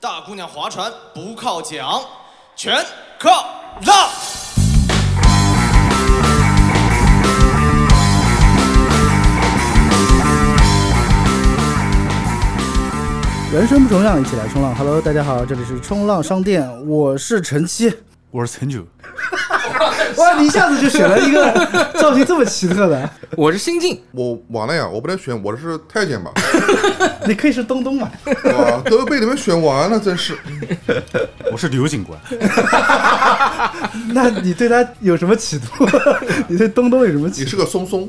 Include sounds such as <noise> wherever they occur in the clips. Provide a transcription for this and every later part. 大姑娘划船不靠桨，全靠浪。人生不冲浪，一起来冲浪。Hello，大家好，这里是冲浪商店，我是陈七。我是陈九，哇，你一下子就选了一个造型这么奇特的， <laughs> 我是新晋，我完了呀，我不能选，我是太监吧？ <laughs> 你可以是东东嘛？哇，都被你们选完了，真是。我是刘警官。那你对他有什么企图？你对东东有什么企你图？是个松松，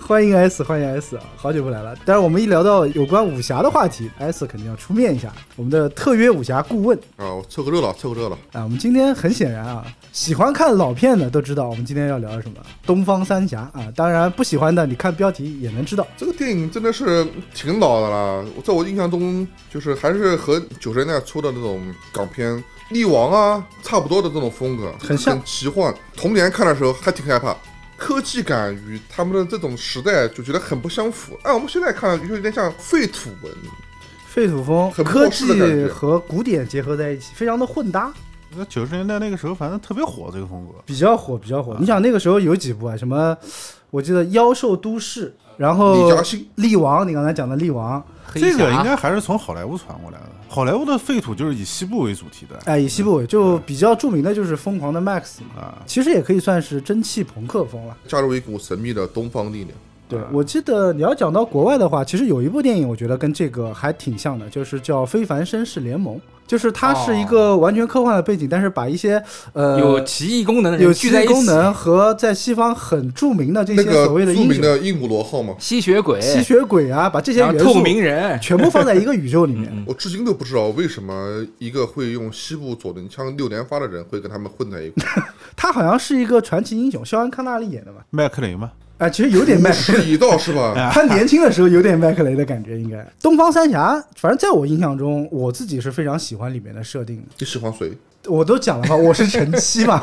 欢迎 S，欢迎 S 啊，好久不来了。但是我们一聊到有关武侠的话题，S 肯定要出面一下。我们的特约武侠顾问啊，我凑个热闹，凑个热闹。啊，我们今天很显然啊，喜欢看老片的都知道我们今天要聊什么，东方三侠啊。当然不喜欢的，你看标题也能知道。这个电影真的是挺老的啦，我在我印象中，就是还是和九十年代初的那种港片《力王》啊差不多的这种风格，很像奇幻。童年看的时候还挺害怕，科技感与他们的这种时代就觉得很不相符。哎按我们现在看，就有点像废土文。废土风，很科末世的感技觉和古典结合在一起，非常的混搭， <laughs> 那九十年代那个时候，反正特别火这个风格。比较火，比较火。你想那个时候有几部啊？什么？我记得《妖兽都市》，然后李嘉《欣力王》，你刚才讲的《力王》，黑这个侠应该还是从好莱坞传过来的。好莱坞的废土就是以西部为主题的哎，以西部嗯为就比较著名的就是《疯狂的 Max》嘛，啊，其实也可以算是蒸汽朋克风了。加入一股神秘的东方力量，对，我记得你要讲到国外的话，其实有一部电影，我觉得跟这个还挺像的，就是叫《非凡绅士联盟》，就是它是一哦个完全科幻的背景，但是把一些呃有奇异功能的人有聚其在一起，功能和在西方很著名的这那些个所谓的著英名雄、的鹦鹉螺号嘛，吸血鬼，吸血鬼啊，把这些哎然后元素透明人，嗯全部放在一个宇宙里面。我至今都不知道为什么一个会用西部左轮枪六连发的人会跟他们混在 <laughs> 一块，他好像是一个传奇英雄，肖恩康纳利演的嘛？麦克雷嘛，哎，其实有 <laughs> 点麦，是一道是 <laughs> 吧？啊他年轻的时候有点麦克雷的感觉，应该。东方三侠，反正在我印象中，我自己是非常喜欢里面的设定的。你喜欢谁？我都讲了嘛，我是陈七 <laughs> 嘛，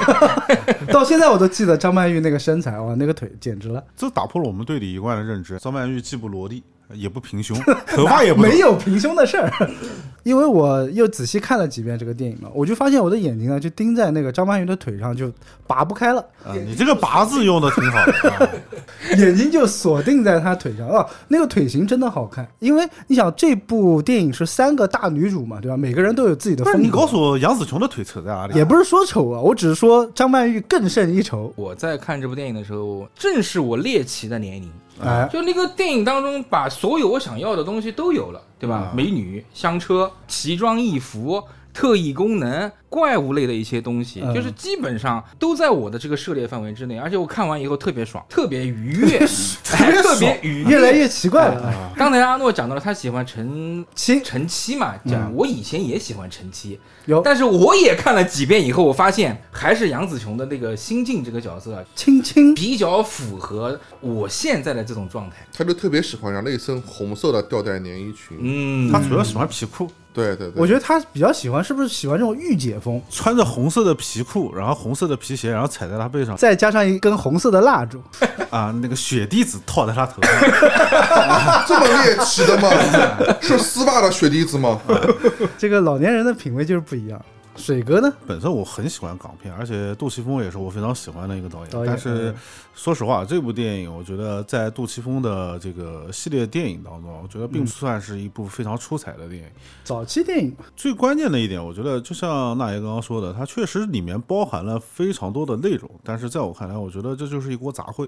到现在我都记得张曼玉那个身材，哇，那个腿简直了，这打破了我们对李一贯的认知。张曼玉既不萝莉，也不平 <laughs> 胸，头发也不没有平胸的 <laughs> 事儿。因为我又仔细看了几遍这个电影嘛，我就发现我的眼睛啊呢就盯在那个张曼玉的腿上，就拔不开了，啊。你这个“拔”字用的挺好的 <laughs> 啊。眼睛就锁定在她腿上啊。 <laughs> 那个腿型真的好看，因为你想这部电影是三个大女主嘛，对吧？每个人都有自己的不是啊你风格告，诉我，杨紫琼的腿扯在哪里？也不是说丑啊，我只是说张曼玉更胜一筹。我在看这部电影的时候，正是我猎奇的年龄。哎，就那个电影当中，把所有我想要的东西都有了，对吧？啊美女、香车、奇装异服、特异功能、怪物类的一些东西，嗯就是基本上都在我的这个涉猎范围之内。而且我看完以后特别爽，特别愉 <laughs> 悦，哎特别愉悦。越来越奇怪了。啊刚才阿诺讲到了，他喜欢陈七嗯陈七嘛，讲、我以前也喜欢陈七，有但是我也看了几遍以后，我发现还是杨紫琼的那个心境这个角色啊青青比较符合我现在的这种状态。他就特别喜欢上那一身红色的吊带连衣裙。嗯，她主要喜欢皮裤，对对对，我觉得他比较喜欢，是不是喜欢这种御姐风？穿着红色的皮裤，然后红色的皮鞋，然后踩在她背上再加上一根红色的蜡烛，啊，那个雪滴子套在她头上。得 <laughs> 这么猎奇的吗？ <laughs> 是丝袜的雪滴子吗？ <laughs> 这个老年人的品味就是不一样。水哥呢？本身我很喜欢港片，而且杜琪峰也是我非常喜欢的一个导演。导演但是嗯说实话，这部电影我觉得在杜琪峰的这个系列电影当中，啊我觉得并嗯不算是一部非常出彩的电影。早期电影最关键的一点，我觉得就像那爷刚刚说的，它确实里面包含了非常多的内容，但是在我看来，我觉得这就是一锅杂烩，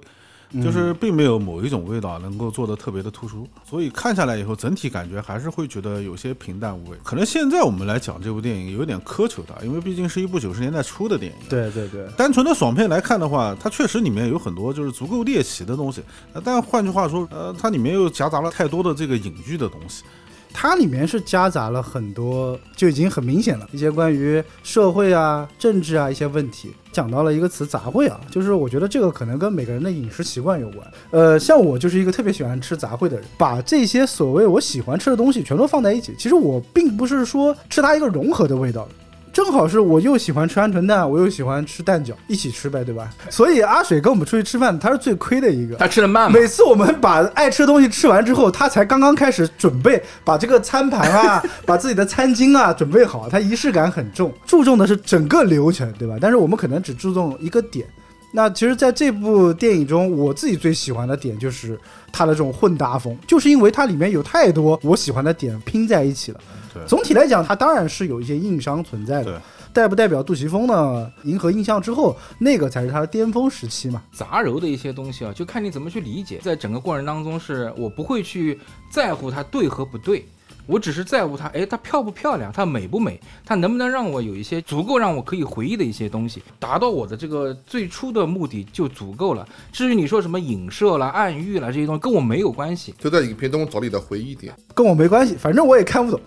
就是并没有某一种味道能够做得特别的突出，所以看下来以后，整体感觉还是会觉得有些平淡无味。可能现在我们来讲这部电影有点苛求它，因为毕竟是一部九十年代初的电影。对对对，单纯的爽片来看的话，它确实里面有很多就是足够猎奇的东西，呃但换句话说，呃，它里面又夹杂了太多的这个隐喻的东西。 <laughs> 它里面是夹杂了很多，就已经很明显了一些关于社会啊、政治啊一些问题。讲到了一个词“杂烩”啊，就是我觉得这个可能跟每个人的饮食习惯有关。呃，像我就是一个特别喜欢吃杂烩的人，把这些所谓我喜欢吃的东西全都放在一起。其实我并不是说吃它一个融合的味道，正好是我又喜欢吃鹌鹑蛋，我又喜欢吃蛋饺，一起吃呗，对吧？所以阿水跟我们出去吃饭，他是最亏的一个。他吃的慢 <laughs> 嘛，每次我们把爱吃的东西吃完之后，他才刚刚开始准备把这个餐盘 <laughs> 啊，把自己的餐巾啊准备好，他仪式感很重，注重的是整个流程，对吧？但是我们可能只注重一个点。那其实，在这部电影中，我自己最喜欢的点就是它的这种混搭风，就是因为它里面有太多我喜欢的点拼在一起了。对总体来讲，它当然是有一些硬伤存在对的。代不代表杜琪峰呢？银河印象之后，那个才是他的巅峰时期嘛。杂糅的一些东西啊，就看你怎么去理解。在整个过程当中，是我不会去在乎它对和不对，我只是在乎它，哎，它漂不漂亮，它美不美，它能不能让我有一些足够让我可以回忆的一些东西，达到我的这个最初的目的就足够了。至于你说什么影射啦、暗喻啦这些东西，跟我没有关系，就在影片中找你的回忆点。跟我没关系，反正我也看不懂。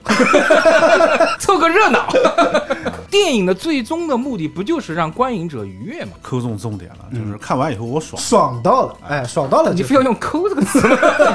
<laughs> 凑个热闹。电影的最终的目的不就是让观影者愉悦吗？抠中重点了，就是看完以后我爽。爽到了，哎，爽到了啊你就是，非要用“抠”这个词吗？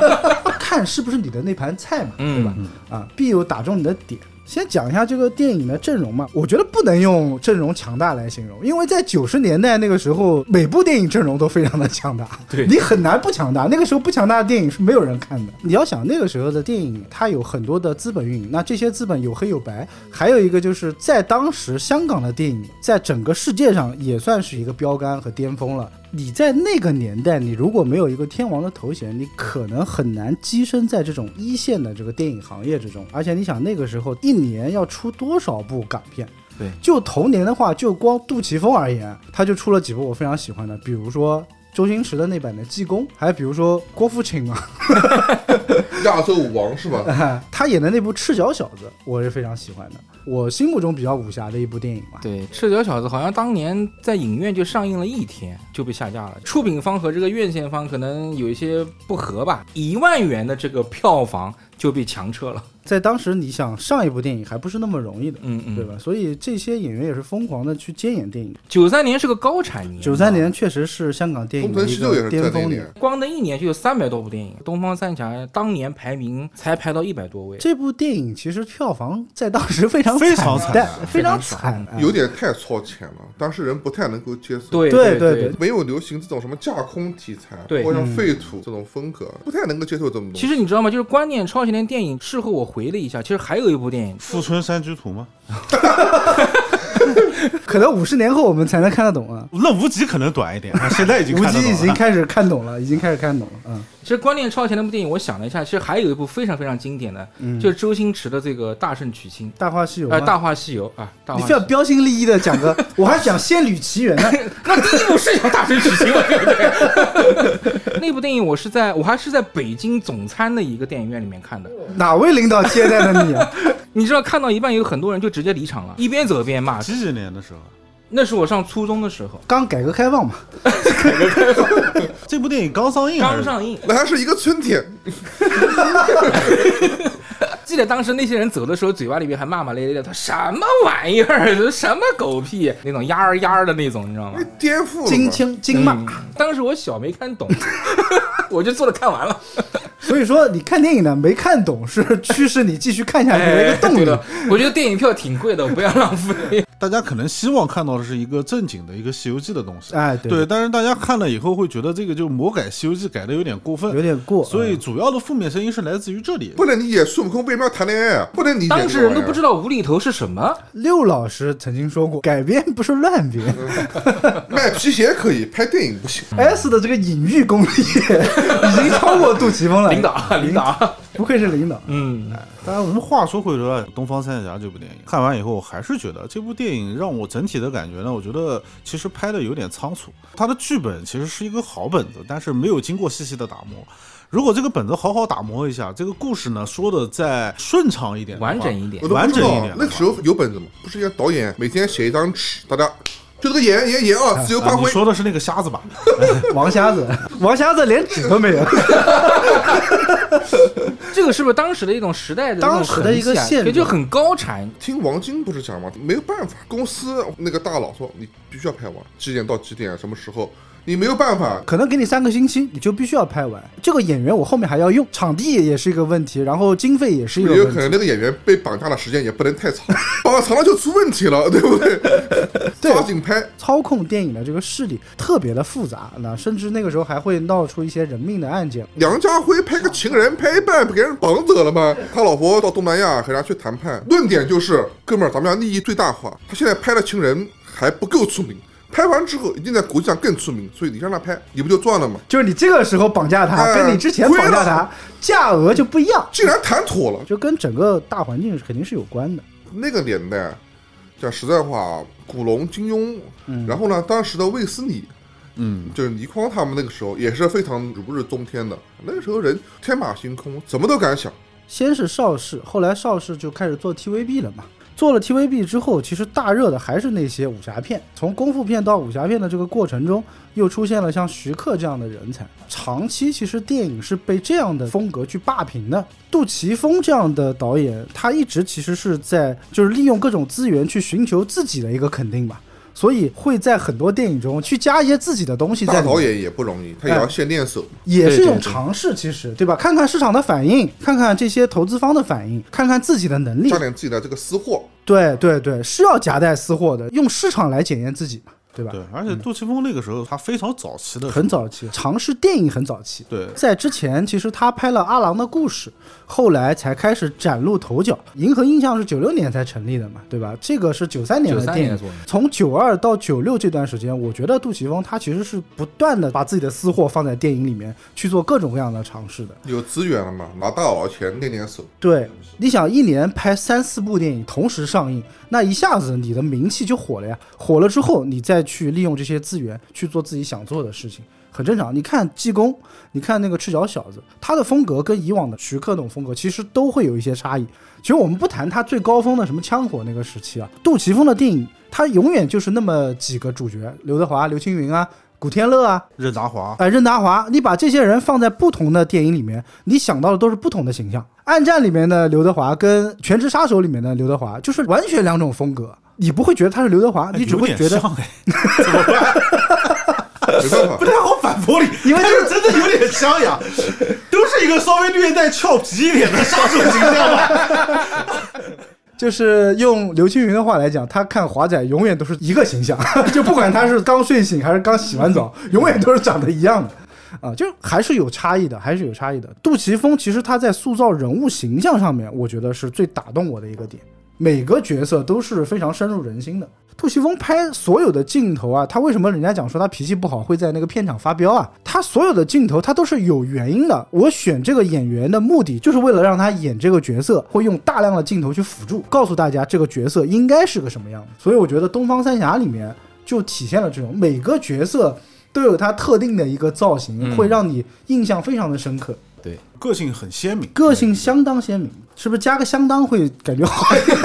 <laughs> 看是不是你的那盘菜嘛，对吧嗯？啊，必有打中你的点。先讲一下这个电影的阵容嘛，我觉得不能用阵容强大来形容，因为在九十年代那个时候，每部电影阵容都非常的强大，对你很难不强大。那个时候不强大的电影是没有人看的。你要想那个时候的电影，它有很多的资本运营，那这些资本有黑有白，还有一个就是在当时香港的电影在整个世界上也算是一个标杆和巅峰了。你在那个年代，你如果没有一个天王的头衔，你可能很难跻身在这种一线的这个电影行业之中。而且你想，那个时候一年要出多少部港片？对就同年的话，就光杜琪峰而言，他就出了几部我非常喜欢的，比如说周星驰的那版的《济公》，还有比如说郭富城啊，亚洲舞王是吧？ <laughs> 他演的那部《赤脚小子》，我是非常喜欢的，我心目中比较武侠的一部电影嘛。对，《赤脚小子》好像当年在影院就上映了一天就被下架了，出品方和这个院线方可能有一些不和吧，一万元的这个票房就被强撤了。在当时，你想上一部电影还不是那么容易的，嗯嗯，对？吧？所以这些演员也是疯狂的去接演电影。九三年是个高产年，九三年确实是香港电影东的成一西就也哎个是巅在那峰年年。。光那一年就有三百多部电影，东方三峡当年排名才排到一百多位。这部电影其实票房在当时非常非常惨惨淡，非常非常惨惨，哎有点太超前了，当事人不太能够接受。，对对对对没有流行这种什么架空题材，对或者嗯像废土这种风格，不太能够接受这种东西。其实你知道吗？就是观念超前的电影，事后我回了一下，其实还有一部电影，富春山居图吗？可能五十年后我们才能看得懂啊。那无极可能短一点，啊现在已经无看得极已懂经了。开始看懂了，已经开始看懂了，嗯，其实观念超前那部电影，我想了一下，其实还有一部非常非常经典的，就是周星驰的这个《大圣娶亲》。 《大话西游》呃，吗《大话西游》啊，《大你话西非游要》标新立异的讲 <laughs> 个，我还讲《仙履奇缘》呢。那第一部是叫《大圣娶亲》了，对不对？ <laughs> 那部电影我是在我还是在北京总参的一个电影院里面看的。哪位领导接待的你啊？你知道看到一半有很多人就直接离场了，一边走一边骂。几几年的时候，那是我上初中的时候，刚改革开放嘛，这部电影刚上映还是，刚上映。那还是一个春天，记得当时那些人走的时候，嘴巴里面还骂骂咧咧的，他什么玩意儿，这什么狗屁，那种丫儿丫儿的那种，你知道吗？颠覆了嘛金枪金嗯骂。当时我小没看懂，我就坐着看完了。所以说，你看电影呢没看懂，是 <laughs> 驱使你继续看下去的一个动哎对力。的，我觉得电影票挺贵的，我不要浪费。大家可能希望看到的是一个正经的一个《西游记》的东西。哎，对，但是大家看了以后会觉得这个就魔改《西游记》改的有点过有分，点过，嗯所以主要的负面声音是来自于这里。不能理解孙悟空为什么要谈恋爱啊，不能理解。当事人都不知道，道无厘头是什么。六老师曾经说过，改编不是乱 <laughs> 编。卖皮鞋可以，拍电影不行。 S 的这个隐喻功力已经超过杜琪峰了，领导，领导，不愧是领导。嗯，当然，我们话说回来，《东方三侠》这部电影看完以后，我还是觉得这部电影让我整体的感觉呢，我觉得其实拍的有点仓促。它的剧本其实是一个好本子，但是没有经过细细的打磨。如果这个本子好好打磨一下，这个故事呢说的再顺畅一点的话，完整一点我都不完知整道一点的话。那个时候有本子吗？不是应该导演每天写一张纸，大家就这个演演演啊，自由发啊、你挥。说的是那个瞎子吧？ <laughs> 王瞎子，王瞎子连纸都没有。 <laughs> 这个是不是当时的一种时代的那种当时的一个痕迹啊限制也就很高产。听王晶不是讲吗？没有办法，公司那个大佬说你必须要拍完，几点到几点，什么时候，你没有办法，可能给你三个星期，你就必须要拍完。这个演员我后面还要用，场地也是一个问题，然后经费也是一个也有可问能题。那个演员被绑架的时间也不能太长，绑长了就出问题了，对不对？对抓紧拍，操控电影的这个势力特别的复杂，那甚至那个时候还会闹出一些人命的案件。梁家辉拍个情人拍一半给人绑走了吗？他老婆到东南亚和人家去谈判，论点就是哥们儿，咱们要利益最大化。他现在拍了情人还不够出名，拍完之后一定在国际上更出名，所以你让他拍，你不就赚了吗？就是你这个时候绑架他，哎跟你之前绑亏架了他价额就不一样，竟然谈妥了，就跟整个大环境是肯定是有关的。那个年代，讲实在话，古龙、金庸，嗯然后呢，当时的卫斯理，嗯，就是倪匡他们那个时候也是非常如日中天的。那个时候人天马行空，什么都敢想。先是邵氏，后来邵氏就开始做 TVB 了嘛。做了 TVB 之后，其实大热的还是那些武侠片。从功夫片到武侠片的这个过程中，又出现了像徐克这样的人才。长期其实电影是被这样的风格去霸屏的。杜琪峰这样的导演，他一直其实是在就是利用各种资源去寻求自己的一个肯定吧，所以会在很多电影中去加一些自己的东西在大里面哎导。演也不容易，他也要先练手。也是一种对对对尝试，其实对吧？看看市场的反应，看看这些投资方的反应，看看自己的能力加。点自己的这个私货，对对对，是要夹带私货的，用市场来检验自己嘛，对吧？ <laughs> 对，而且杜琪峰那个时候他非常早期的时候，很早期，尝试电影很早期。对在之前，其实他拍了《阿郎的故事》，后来才开始崭露头角。银河印象是九六年才成立的嘛，对吧？这个是九三年的93电影年做的，从九二到九六这段时间，我觉得杜琪峰他其实是不断的把自己的私货放在电影里面去做各种各样的尝试的。有资源了嘛，拿大佬的钱 <laughs> 练练手。对，你想一年拍三四部电影同时上映，那一下子你的名气就火了呀。火了之后，你再去利用这些资源去做自己想做的事情，很正常。你看《济公》，你看那个《赤脚小子》，他的风格跟以往的徐克那种风格其实都会有一些差异。其实我们不谈他最高峰的什么枪火那个时期啊，杜琪峰的电影他永远就是那么几个主角，刘德华、刘青云啊。古天乐啊，任达华啊、任达华，你把这些人放在不同的电影里面，你想到的都是不同的形象。《暗战》里面的刘德华跟《全职杀手》里面的刘德华，就是完全两种风格。你不会觉得他是刘德华，哎你只有会点觉得，像哎，怎么办？没办法不，啊太好反驳你，因为但这是真的有点 <laughs> 像呀，都是一个稍微略带俏皮一点的杀手形象 <laughs> 吧。 <laughs> 就是用刘青云的话来讲，他看华仔永远都是一个形象， <laughs> 就不管他是刚睡醒还是刚洗完澡，永远都是长得一样的。啊，就还是有差异的，还是有差异的。杜琪峰其实他在塑造人物形象上面，我觉得是最打动我的一个点。每个角色都是非常深入人心的。杜琪峰拍所有的镜头啊，他为什么人家讲说他脾气不好会在那个片场发飙啊？他所有的镜头他都是有原因的。我选这个演员的目的就是为了让他演这个角色，会用大量的镜头去辅助，告诉大家这个角色应该是个什么样子。所以我觉得《东方三侠》里面就体现了这种每个角色都有他特定的一个造嗯型，会让你印象非常的深刻，对，个性很鲜明，个性相当鲜明。是不是加个相当会感觉好一 <laughs> 点？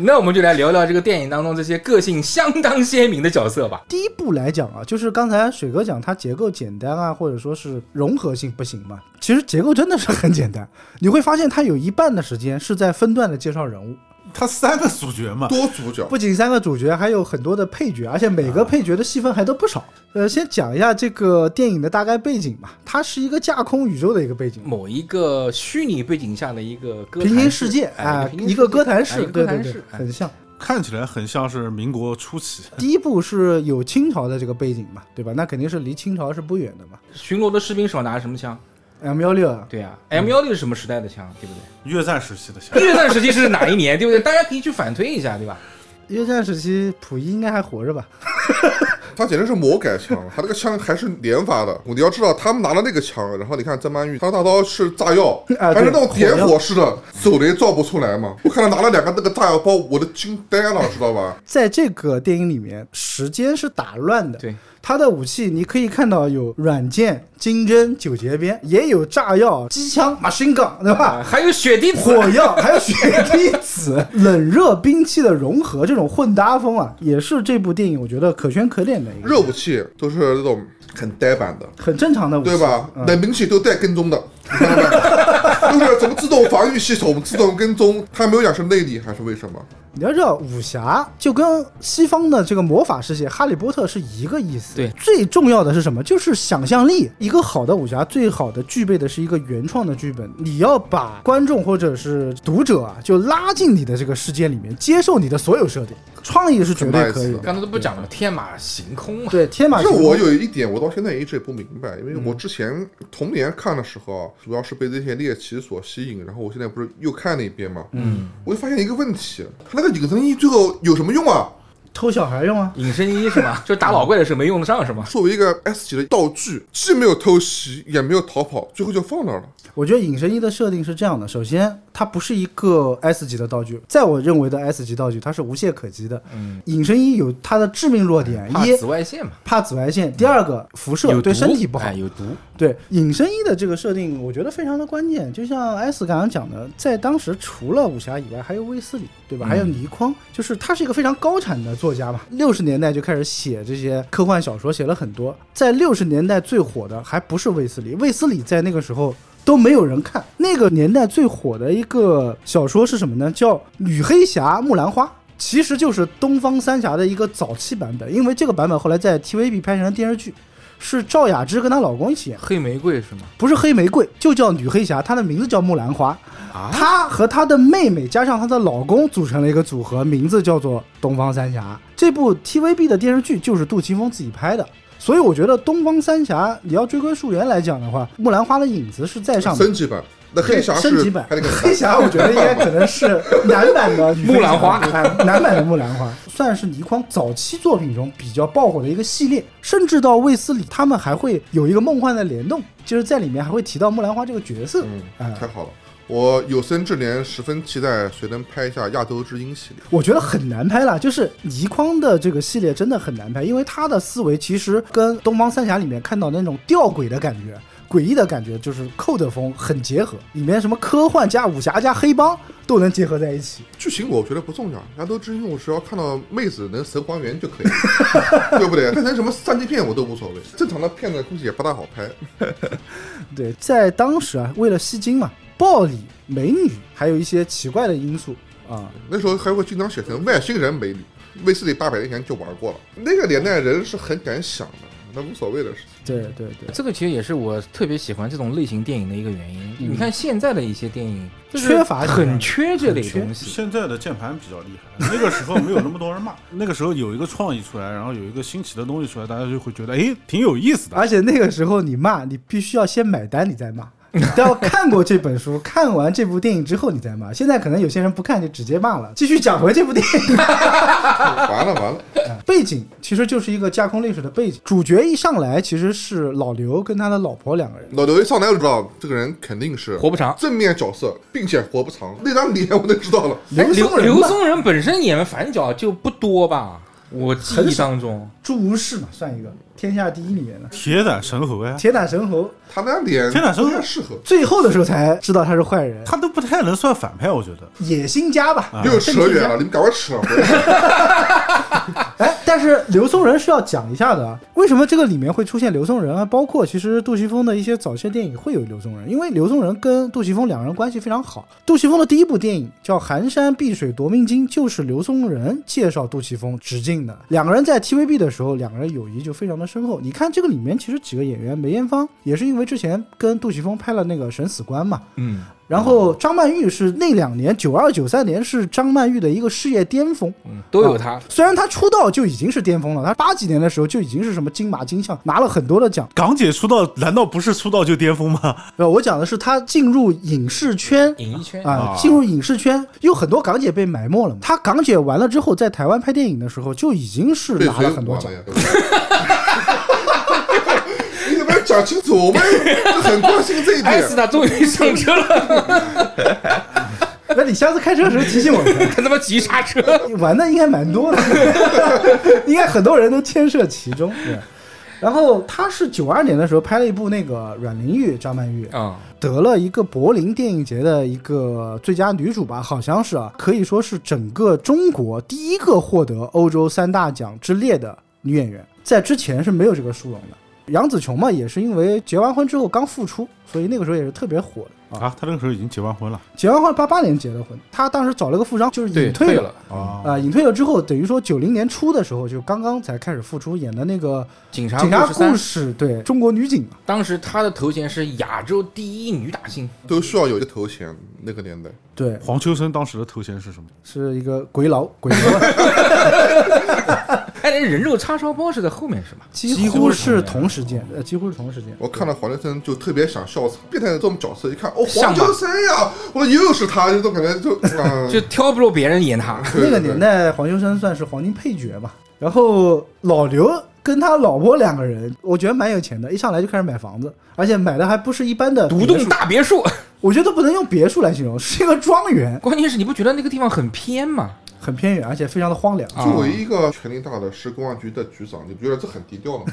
那我们就来聊聊这个电影当中这些个性相当鲜明的角色吧。第一步来讲啊，就是刚才水哥讲它结构简单啊，或者说是融合性不行嘛。其实结构真的是很简单， <laughs> 你会发现它有一半的时间是在分段的介绍人物，他三个主角嘛，多主角。不仅三个主角，还有很多的配角，而且每啊个配角的戏份还都不少。呃，先讲一下这个电影的大概背景吧，它是一个架空宇宙的一个背景。某一个虚拟背景下的一个歌坛平行世界啊哎，一个歌坛式，哎式，一个歌对坛对式对，哎很像。看起来很像是民国初期。 <laughs> 第一部是有清朝的这个背景嘛，对吧？那肯定是离清朝是不远的嘛。巡逻的士兵手拿什么枪？ M 幺六啊，对呀、m 1 6是什么时代的枪？对不对？越战时期的侠，越战时期是哪一年？对不对？大家可以去反推一下，对吧？越战时期溥仪应该还活着吧？他简直是魔改枪，他那个枪还是连发的。你要知道，他们拿了那个枪，然后你看曾曼玉，他的大刀是炸药， <laughs> 啊还是那种对点火药火式的，手雷造不出来嘛。我看他拿了两个那个炸药包，我都惊呆 <laughs> 了，知道吧？在这个电影里面，时间是打乱的。对，它的武器你可以看到有软剑、金针、九节鞭，也有炸药、机枪、machine gun，对吧？啊，还有雪地火药还有雪滴子，冷热兵器的融合，这种混搭风啊，也是这部电影我觉得可圈可点的一个热武器都是那种很呆板的， <laughs> 很正常的武器，对吧？嗯冷兵器都带跟踪的，你看到没？ <laughs> 就是什么自动防御系统、自动跟踪，他没有讲是内力还是为什么？你要知道，武侠就跟西方的这个魔法世界《哈利波特》是一个意思。对最重要的是什么？就是想象力。一个好的武侠，最好的具备的是一个原创的剧本。你要把观众或者是读者啊，就拉进你的这个世界里面，接受你的所有设定，创意是绝对可以很 nice 的。刚才都不讲了吗，天马行空嘛。对，天马但是行空我有一点，我到现在一直也不明白，因为我嗯之前童年看的时候，啊，主要是被这些猎奇所吸引，然后我现在不是又看了一遍嘛，嗯，我就发现一个问题，他那个隐身衣最后有什么用啊？偷小孩用啊。隐身衣是 <laughs> 吗？就打老怪的时候没用得上是吗？作为一个 S 级的道具，既没有偷袭，也没有逃跑，最后就放那儿了。我觉得隐身衣的设定是这样的：首先，它不是一个 S 级的道具，在我认为的 S 级道具，它是无懈可击的。嗯，隐身衣有它的致命弱点，怕一紫外线嘛，怕紫外线，第二个辐射有嗯对毒身体不好哎。有毒。对隐身衣的这个设定，我觉得非常的关键。就像 S 刚刚讲的，在当时除了武侠以外，还有卫斯理，对吧？还有倪匡，就是他是一个非常高产的作家嘛。六十年代就开始写这些科幻小说，写了很多。在六十年代最火的还不是卫斯理，卫斯理在那个时候。都没有人看。那个年代最火的一个小说是什么呢？叫《女黑侠木兰花》，其实就是东方三侠的一个早期版本，因为这个版本后来在 TVB 拍成了电视剧，是赵雅芝跟她老公一起演，黑玫瑰是吗？不是黑玫瑰，就叫女黑侠，她的名字叫木兰花。她和她的妹妹加上她的老公组成了一个组合，名字叫做东方三侠。这部 TVB 的电视剧就是杜琪峰自己拍的。所以我觉得《东方三侠》，你要追根溯源来讲的话，木兰花的影子是在上面的升。级版，那黑侠升是级版拍那个， <laughs> 黑 <laughs> 侠，我觉得应该可能是男版的木兰花哎 <laughs> 男版的木兰花，算是倪匡早期作品中比较爆火的一个系列，甚至到卫斯理他们还会有一个梦幻的联动，就是在里面还会提到木兰花这个角色。嗯，哎太好了。我有生之年十分期待谁能拍一下亚洲之鹰系列。我觉得很难拍了，就是倪匡的这个系列真的很难拍，因为他的思维其实跟《东方三侠》里面看到那种吊诡的感觉、诡异的感觉，就是寇的风很结合，里面什么科幻加武侠加黑帮都能结合在一起。剧情我觉得不重要，亚洲之鹰我只要看到妹子能神还原就可以， <laughs> 对不对？拍成什么三级片我都无所谓，正常的片子估计也不大好拍。对，在当时啊，为了吸睛嘛，暴力、美女，还有一些奇怪的因素啊。那时候还会经常写成外星人美女，卫斯理八百年前就玩过了。那个年代人是很敢想的，那无所谓的事情。对对对，这个其实也是我特别喜欢这种类型电影的一个原因。你看现在的一些电影，就是嗯缺乏这个很缺这类东西。现在的键盘比较厉害，那个时候没有那么多人 <laughs> 骂，那个时候有一个创意出来，然后有一个新奇的东西出来，大家就会觉得哎挺有意思的。而且那个时候你骂，你必须要先买单，你再骂。你都要看过这本书，看完这部电影之后你再骂。现在可能有些人不看就直接骂了。继续讲回这部电影， <laughs> 完了完了，背景其实就是一个架空历史的背景。主角一上来其实是老刘跟他的老婆两个人，老刘一上来就知道这个人肯定是活不长正面角色，并且活不长。那张脸我就知道了，刘刘松仁哎刘吧，松仁本身演反角就不多吧？我记忆当中，朱无视嘛，算一个天下第一里面的铁胆神啊猴呀，铁胆神猴。他那张脸天哪不真太的适合。最后的时候才知道他是坏人，他都不太能算反派，我觉得。野心家吧，又扯政治远家了，你们赶快扯回来。哎，但是刘松仁是要讲一下的啊。为什么这个里面会出现刘松仁啊？包括其实杜琪峰的一些早期的电影会有刘松仁，因为刘松仁跟杜琪峰两人关系非常好。杜琪峰的第一部电影叫《寒山碧水夺命经》，就是刘松仁介绍杜琪峰直进的。两个人在 TVB 的时候，两个人友谊就非常的深厚。你看这个里面其实几个演员，梅艳芳也是因为之前跟杜琪峰拍了那个《审死官》嘛，嗯，然后张曼玉是那两年九二九三年是张曼玉的一个事业巅峰，啊嗯都有他。虽然他出道就已经是巅峰了，他八几年的时候就已经是什么金马金像，拿了很多的奖。港姐出道难道不是出道就巅峰吗？呃，我讲的是他进入影视圈。演艺圈啊啊，进入影视圈有很多港姐被埋没了嘛。他港姐完了之后，在台湾拍电影的时候就已经是被拿谁了很多完奖了。呀？对不对 <laughs> 你怎么要讲清楚？<laughs> 我们就很关心这一艾点。斯他终于上车了，那你下次开车的时候提醒我一下，他他妈急刹车。 <laughs> 玩的应该蛮多的，应该很多人都牵涉其中。对，然后他是九二年的时候拍了一部那个阮玲玉、张曼玉啊，得了一个柏林电影节的一个最佳女主吧，好像是啊，可以说是整个中国第一个获得欧洲三大奖之列的女演员，在之前是没有这个殊荣的。杨紫琼嘛，也是因为结完婚之后刚复出，所以那个时候也是特别火的。啊，他那个时候已经结完婚了结完婚八八年结的婚，他当时找了个富商，就是对隐退了，哦啊啊、隐退了之后，等于说九零年初的时候，就刚刚才开始复出，演的那个警《察警察故事三故》事》，对中国女警嘛，当时她的头衔是亚洲第一女打星，都需要有一个头衔。那个年代，对，黄秋生当时的头衔是什么？是一个鬼佬，鬼佬 <laughs> 哎，那人肉叉烧包是在后面是吧？几乎是同时间，呃，几乎是同时间。我看到黄秋生就特别想笑场，变态的这种角色一看，哦，像黄吧秋生呀，我说又是他，就这种感觉 <laughs> 就啊，就挑不着别人演她，对那个年，代，黄秋生算是黄金配角吧。然后老刘跟他老婆两个人，我觉得蛮有钱的，一上来就开始买房子，而且买的还不是一般的独别栋墅，大别墅。我觉得都不能用别墅来形容，是一个庄园，关键是你不觉得那个地方很偏吗？很偏远，而且非常的荒凉。对作为一个权力大的市公安局的局长，你不觉得这很低调吗？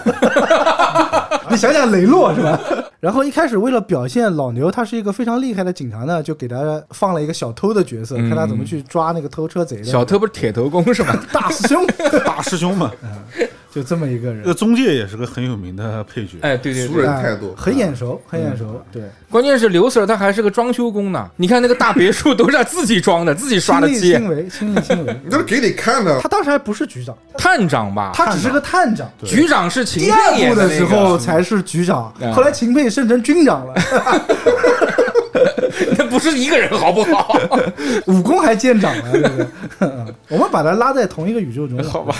<laughs> 你想想雷 <laughs> 洛是吧？然后一开始为了表现老牛他是一个非常厉害的警察呢，就给他放了一个小偷的角色，看他怎么去抓那个偷车贼的嗯小偷不是铁头功是吧？大师兄， <laughs> 大师兄嘛，就这么一个 <laughs> 这个人。中介也是个很有名的配角。 <laughs> 哎，对对熟对，人人态度哎很眼嗯熟，很眼熟，对，关键是刘 Sir 他还是个装修工呢。你看那个大别墅都是他自己装的，自己刷亲的力漆亲。为，亲力亲 <laughs> 为。你这是给你看的他，当时还不是局长，探长吧，他只是个探长。局长是秦第二沛演部的那时个 <laughs> 候才是局长嗯，后来秦沛升成军长了，那不是一个人，好不好？武功还见长了，对不对？ <laughs> 嗯我们把他拉在同一个宇宙中， <laughs> 好吧？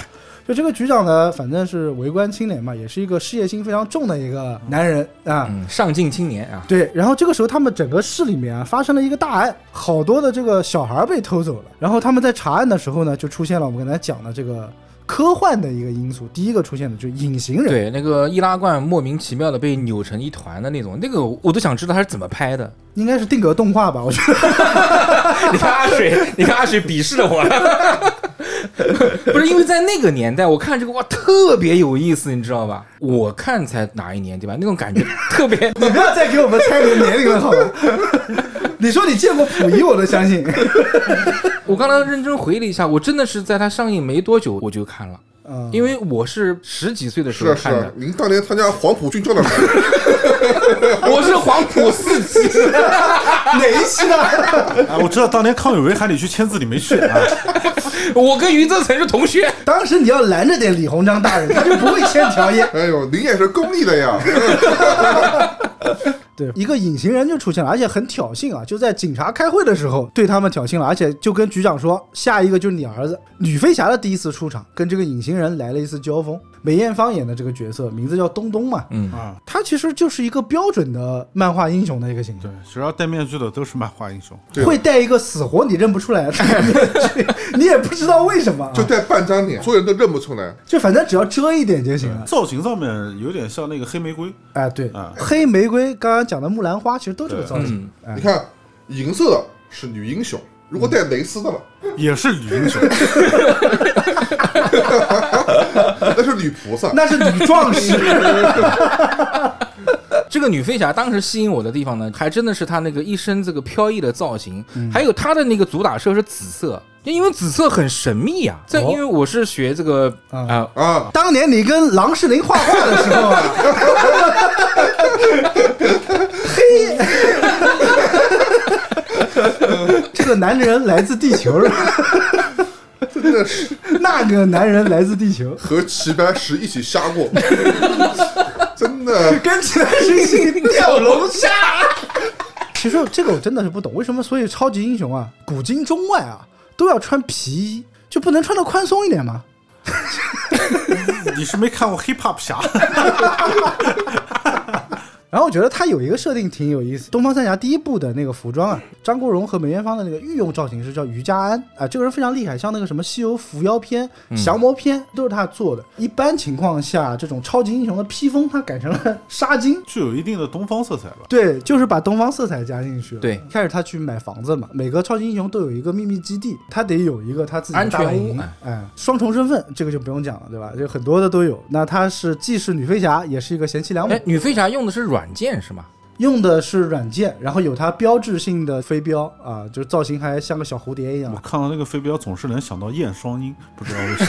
就这个局长呢，反正是为官清廉嘛，也是一个事业心非常重的一个男人啊。嗯，上进青年啊，对，然后这个时候他们整个市里面啊发生了一个大案，好多的这个小孩儿被偷走了。然后他们在查案的时候呢，就出现了我们刚才讲的这个科幻的一个因素。第一个出现的就是隐形人，对，那个易拉罐莫名其妙的被扭成一团的那种，那个我都想知道他是怎么拍的。应该是定格动画吧？我觉得 <laughs> 你看阿 <laughs> 水，你看阿水鄙视了我了。 <laughs> 不是因为在那个年代，我看这个哇特别有意思，你知道吧？我看才哪一年对吧？那种感觉特别， <laughs> 你不要再给我们猜你的年龄了，好吧？ <laughs> 你说你见过溥仪，我都相 <laughs> 信。我刚刚认真回忆了一下，我真的是在它上映没多久我就看了，嗯，因为我是十几岁的时是候啊是看的啊，，您当年参加黄埔军校的时 <laughs> 候，我是黄埔四期。哪一期呢？哎，我知道当年康有为喊你去签字，你没去 <laughs> 啊？ <laughs> 我跟余则成是同学，当时你要拦着点李鸿章大人，他就不会签条约。哎呦，您也是公立 <laughs> 的呀，对，一个隐形人就出现了，而且很挑衅啊！就在警察开会的时候对他们挑衅了，而且就跟局长说，下一个就是你儿子。女飞侠的第一次出场，跟这个隐形人来了一次交锋。梅艳芳演的这个角色名字叫东东嘛，嗯啊，他其实就是一个标准的漫画英雄的一个形对象。，只要戴面具的都是漫画英雄。对会戴一个死活你认不出来的 <laughs> 面具，你也不知道为什么、啊，就带半张脸，所有人都认不出来。就反正只要遮一点就行了。造型上面有点像那个黑玫瑰，哎，对，啊黑玫瑰刚刚讲的木兰花其实都这个造型嗯，哎你，看，银色的是女英雄，如果带蕾丝的了，也是女英雄。 <laughs> 那是女菩萨。 <laughs> 那是女壮士。 <laughs> 这个女飞侠当时吸引我的地方呢，还真的是她那个一身这个飘逸的造型，还有她的那个主打色是紫色，就因为紫色很神秘啊。这哦因为我是学这个啊、啊 <laughs> 啊，当年你跟郎世宁画画的时候啊，嘿， <laughs> 这个男人来自地球，真的是那个男人来自地球，和齐白石一起瞎 <laughs> 过，真的跟起来星星掉龙虾。其实这个我真的是不懂，为什么所有超级英雄啊，古今中外啊，都要穿皮衣，就不能穿的宽松一点吗？你是没看过 Hip Hop 侠？然后我觉得它有一个设定挺有意思，《东方三侠》第一部的那个服装啊，张国荣和梅艳芳的那个御用造型师叫于家安啊，这个人非常厉害，像那个什么《西游伏妖篇》嗯《降魔篇》都是他做的。一般情况下，这种超级英雄的披风他改成了纱巾。具有一定的东方色彩吧？对，就是把东方色彩加进去了。对一开始他去买房子嘛，每个超级英雄都有一个秘密基地，他得有一个他自己的安全大本屋营。哎，双重身份这个就不用讲了，对吧？就很多的都有。那他是既是女飞侠，也是一个贤妻良母 <laughs> 哎。，女飞侠用的是软件是吗？用的是软件，然后有它标志性的飞镖啊，就是造型还像个小蝴蝶一样 <laughs> 我。看到那个飞镖，总是能想到燕双鹰，不知道为什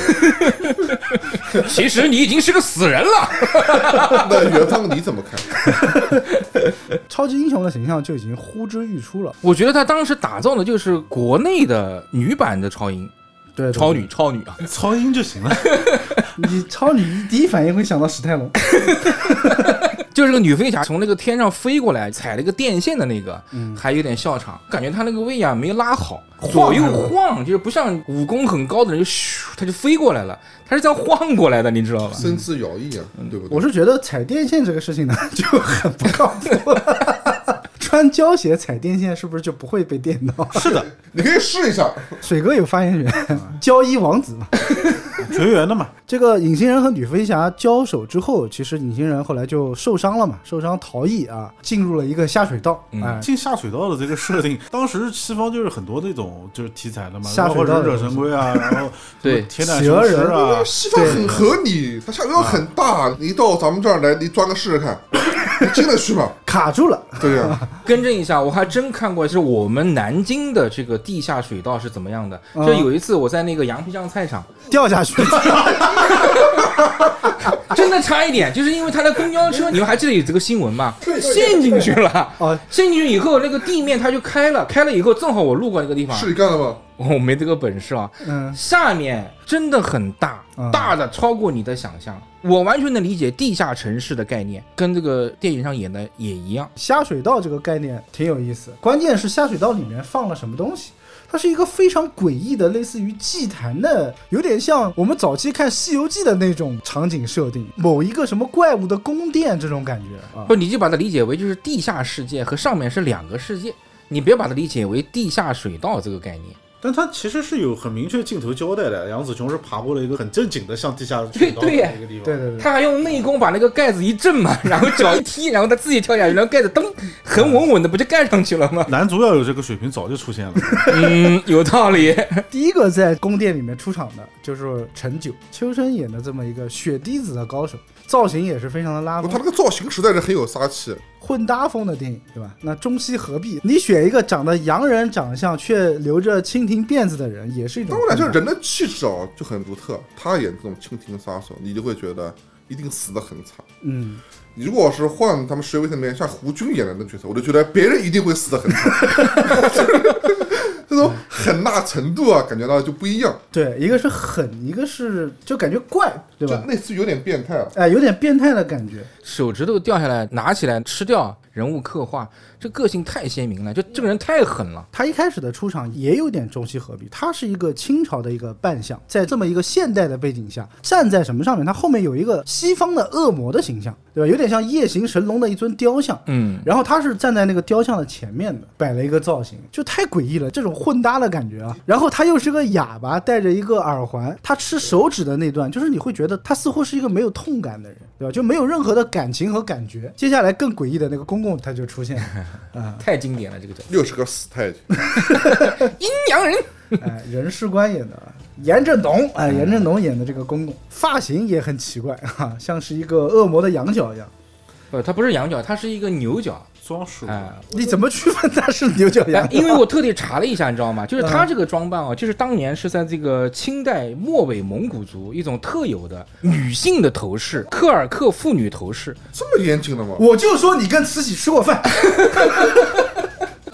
么。 <laughs> 其实你已经是个死人了。那元芳你怎么看？超级英雄的形象就已经呼之欲出了。我觉得他当时打造的就是国内的女版的超英，对，对超女，，超女 <laughs> 啊，超英就行了。对你超女第一反应会想到史泰龙，就是这个女飞侠从那个天上飞过来，踩了一个电线的那个，还有点笑场，感觉她那个位啊没拉好，左右嗯晃，就是不像武功很高的人，就咻，他就飞过来了，他是这样晃过来的，你知道吧？身姿摇曳啊，对不 <laughs> 嗯对？我是觉得踩电线这个事情呢 <laughs> 就很不靠谱。 <laughs> 穿胶鞋踩电线是不是就不会被电 <laughs> 到？是的，你可以试一下，水哥有发言权，胶衣王子嘛。绝缘的嘛，这个隐形人和女飞侠交手之后，其实隐形人后来就受伤了嘛，受伤逃逸啊，进入了一个下水道，嗯哎，进下水道的这个设定，当时西方就是很多那种就是题材的嘛，下然后水道的忍者神龟啊，然后对铁胆雄狮啊，西方很合理，它下水道很啊大，你到咱们这儿来，你钻个试试看，你进得去吗？卡住了。对呀，更正一下，我还真看过，是我们南京的这个地下水道是怎么样的。就有一次我在那个羊皮酱菜场，掉下去 <laughs> 了，真的差一点，就是因为他的公交车，你们还记得有这个新闻吧？陷进去了。哦，陷进去以后，那个地面它就开了，开了以后正好我路过那个地方，是你干了吗？我没这个本事啊。嗯，下面真的很大嗯，大的超过你的想象。我完全能理解地下城市的概念，跟这个电影上演的也一样。下水道这个概念挺有意思，关键是下水道里面放了什么东西。它是一个非常诡异的，类似于祭坛的，有点像我们早期看《西游记》的那种场景设定，某一个什么怪物的宫殿这种感觉啊不，。你就把它理解为就是地下世界和上面是两个世界，你别把它理解为地下水道这个概念。但它其实是有很明确镜头交代的，杨紫琼是爬过了一个很正经的像地 <laughs> 下水道的对对呀一个地方，对对对，他还用内功把那个盖子一震嘛， <laughs> 然后脚一踢，然后他自己跳下去，然后盖子噔，很稳稳的不就盖上去了吗？男主要有这个水平早就出现了，嗯，有道理。第一个在宫殿里面出场的就是陈九，秋生演的这么一个雪滴子的高手，造型也是非常的拉不他风那，个造型实在是很有杀气，混搭风的电影，对吧？那中西合璧，你选一个长得洋人长相却留着蜻蜓辫子的人，也是一种当然就是混搭人的气质啊就很独特。他演这种蜻蜓杀手，你就会觉得一定死得很惨。嗯，你如果是换他们谁位那边像胡军演的那角色，我就觉得别人一定会死得很惨， <laughs> 这种狠辣程度啊，感觉到就不一样，对，一个是狠，一个是就感觉怪，对就吧？类似于有点变态了。哎，有点变态的感觉。手指头掉下来，拿起来吃掉，人物刻画，这个性太鲜明了，就这个人太狠了。他一开始的出场也有点中西合璧，他是一个清朝的一个扮相，在这么一个现代的背景下，站在什么上面？他后面有一个西方的恶魔的形象，对吧？有点像夜行神龙的一尊雕像。嗯，然后他是站在那个雕像的前面的，摆了一个造型，就太诡异了，这种混搭的感觉啊。然后他又是个哑巴，戴着一个耳环，他吃手指的那段，就是你会觉得他似乎是一个没有痛感的人，对吧？就没有任何的感情和感觉。接下来更诡异的那个公公他就出现了，太经典了，这个叫又是个死太监，阴阳人。哎，任士官演的严振东，哎，严振东演的这个公公，发型也很奇怪哈、像是一个恶魔的羊角一样。不，他呃不是羊角，他是一个牛角。装束哎、你怎么区分他是牛角羊哎？因为我特地查了一下，你知道 <laughs> 吗？就是他这个装扮啊，就是当年是在这个清代末尾蒙古族一种特有的女性的头饰——柯尔克妇女头饰。这么严谨的吗？我就说你跟慈禧吃过饭，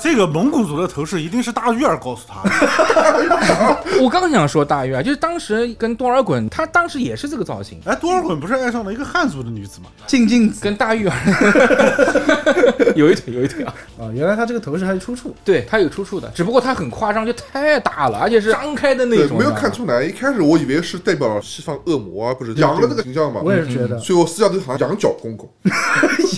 这个蒙古族的头饰一定是大玉儿告诉他 <laughs> 的，我刚想说大玉啊，就是当时跟多尔衮，他当时也是这个造型，哎，多尔衮不是爱上了一个汉族的女子吗？静静子跟大玉儿 <laughs> 有一腿有一腿啊。啊，原来他这个头饰还有出处。对，它有出处的，只不过它很夸张，就太大了，而且是张开的那对，种。没你知有道吗看。出来。一开始我以为是代表西方恶魔啊，不是羊的那个形象嘛。我也是觉得所以我私下对好像羊角公公，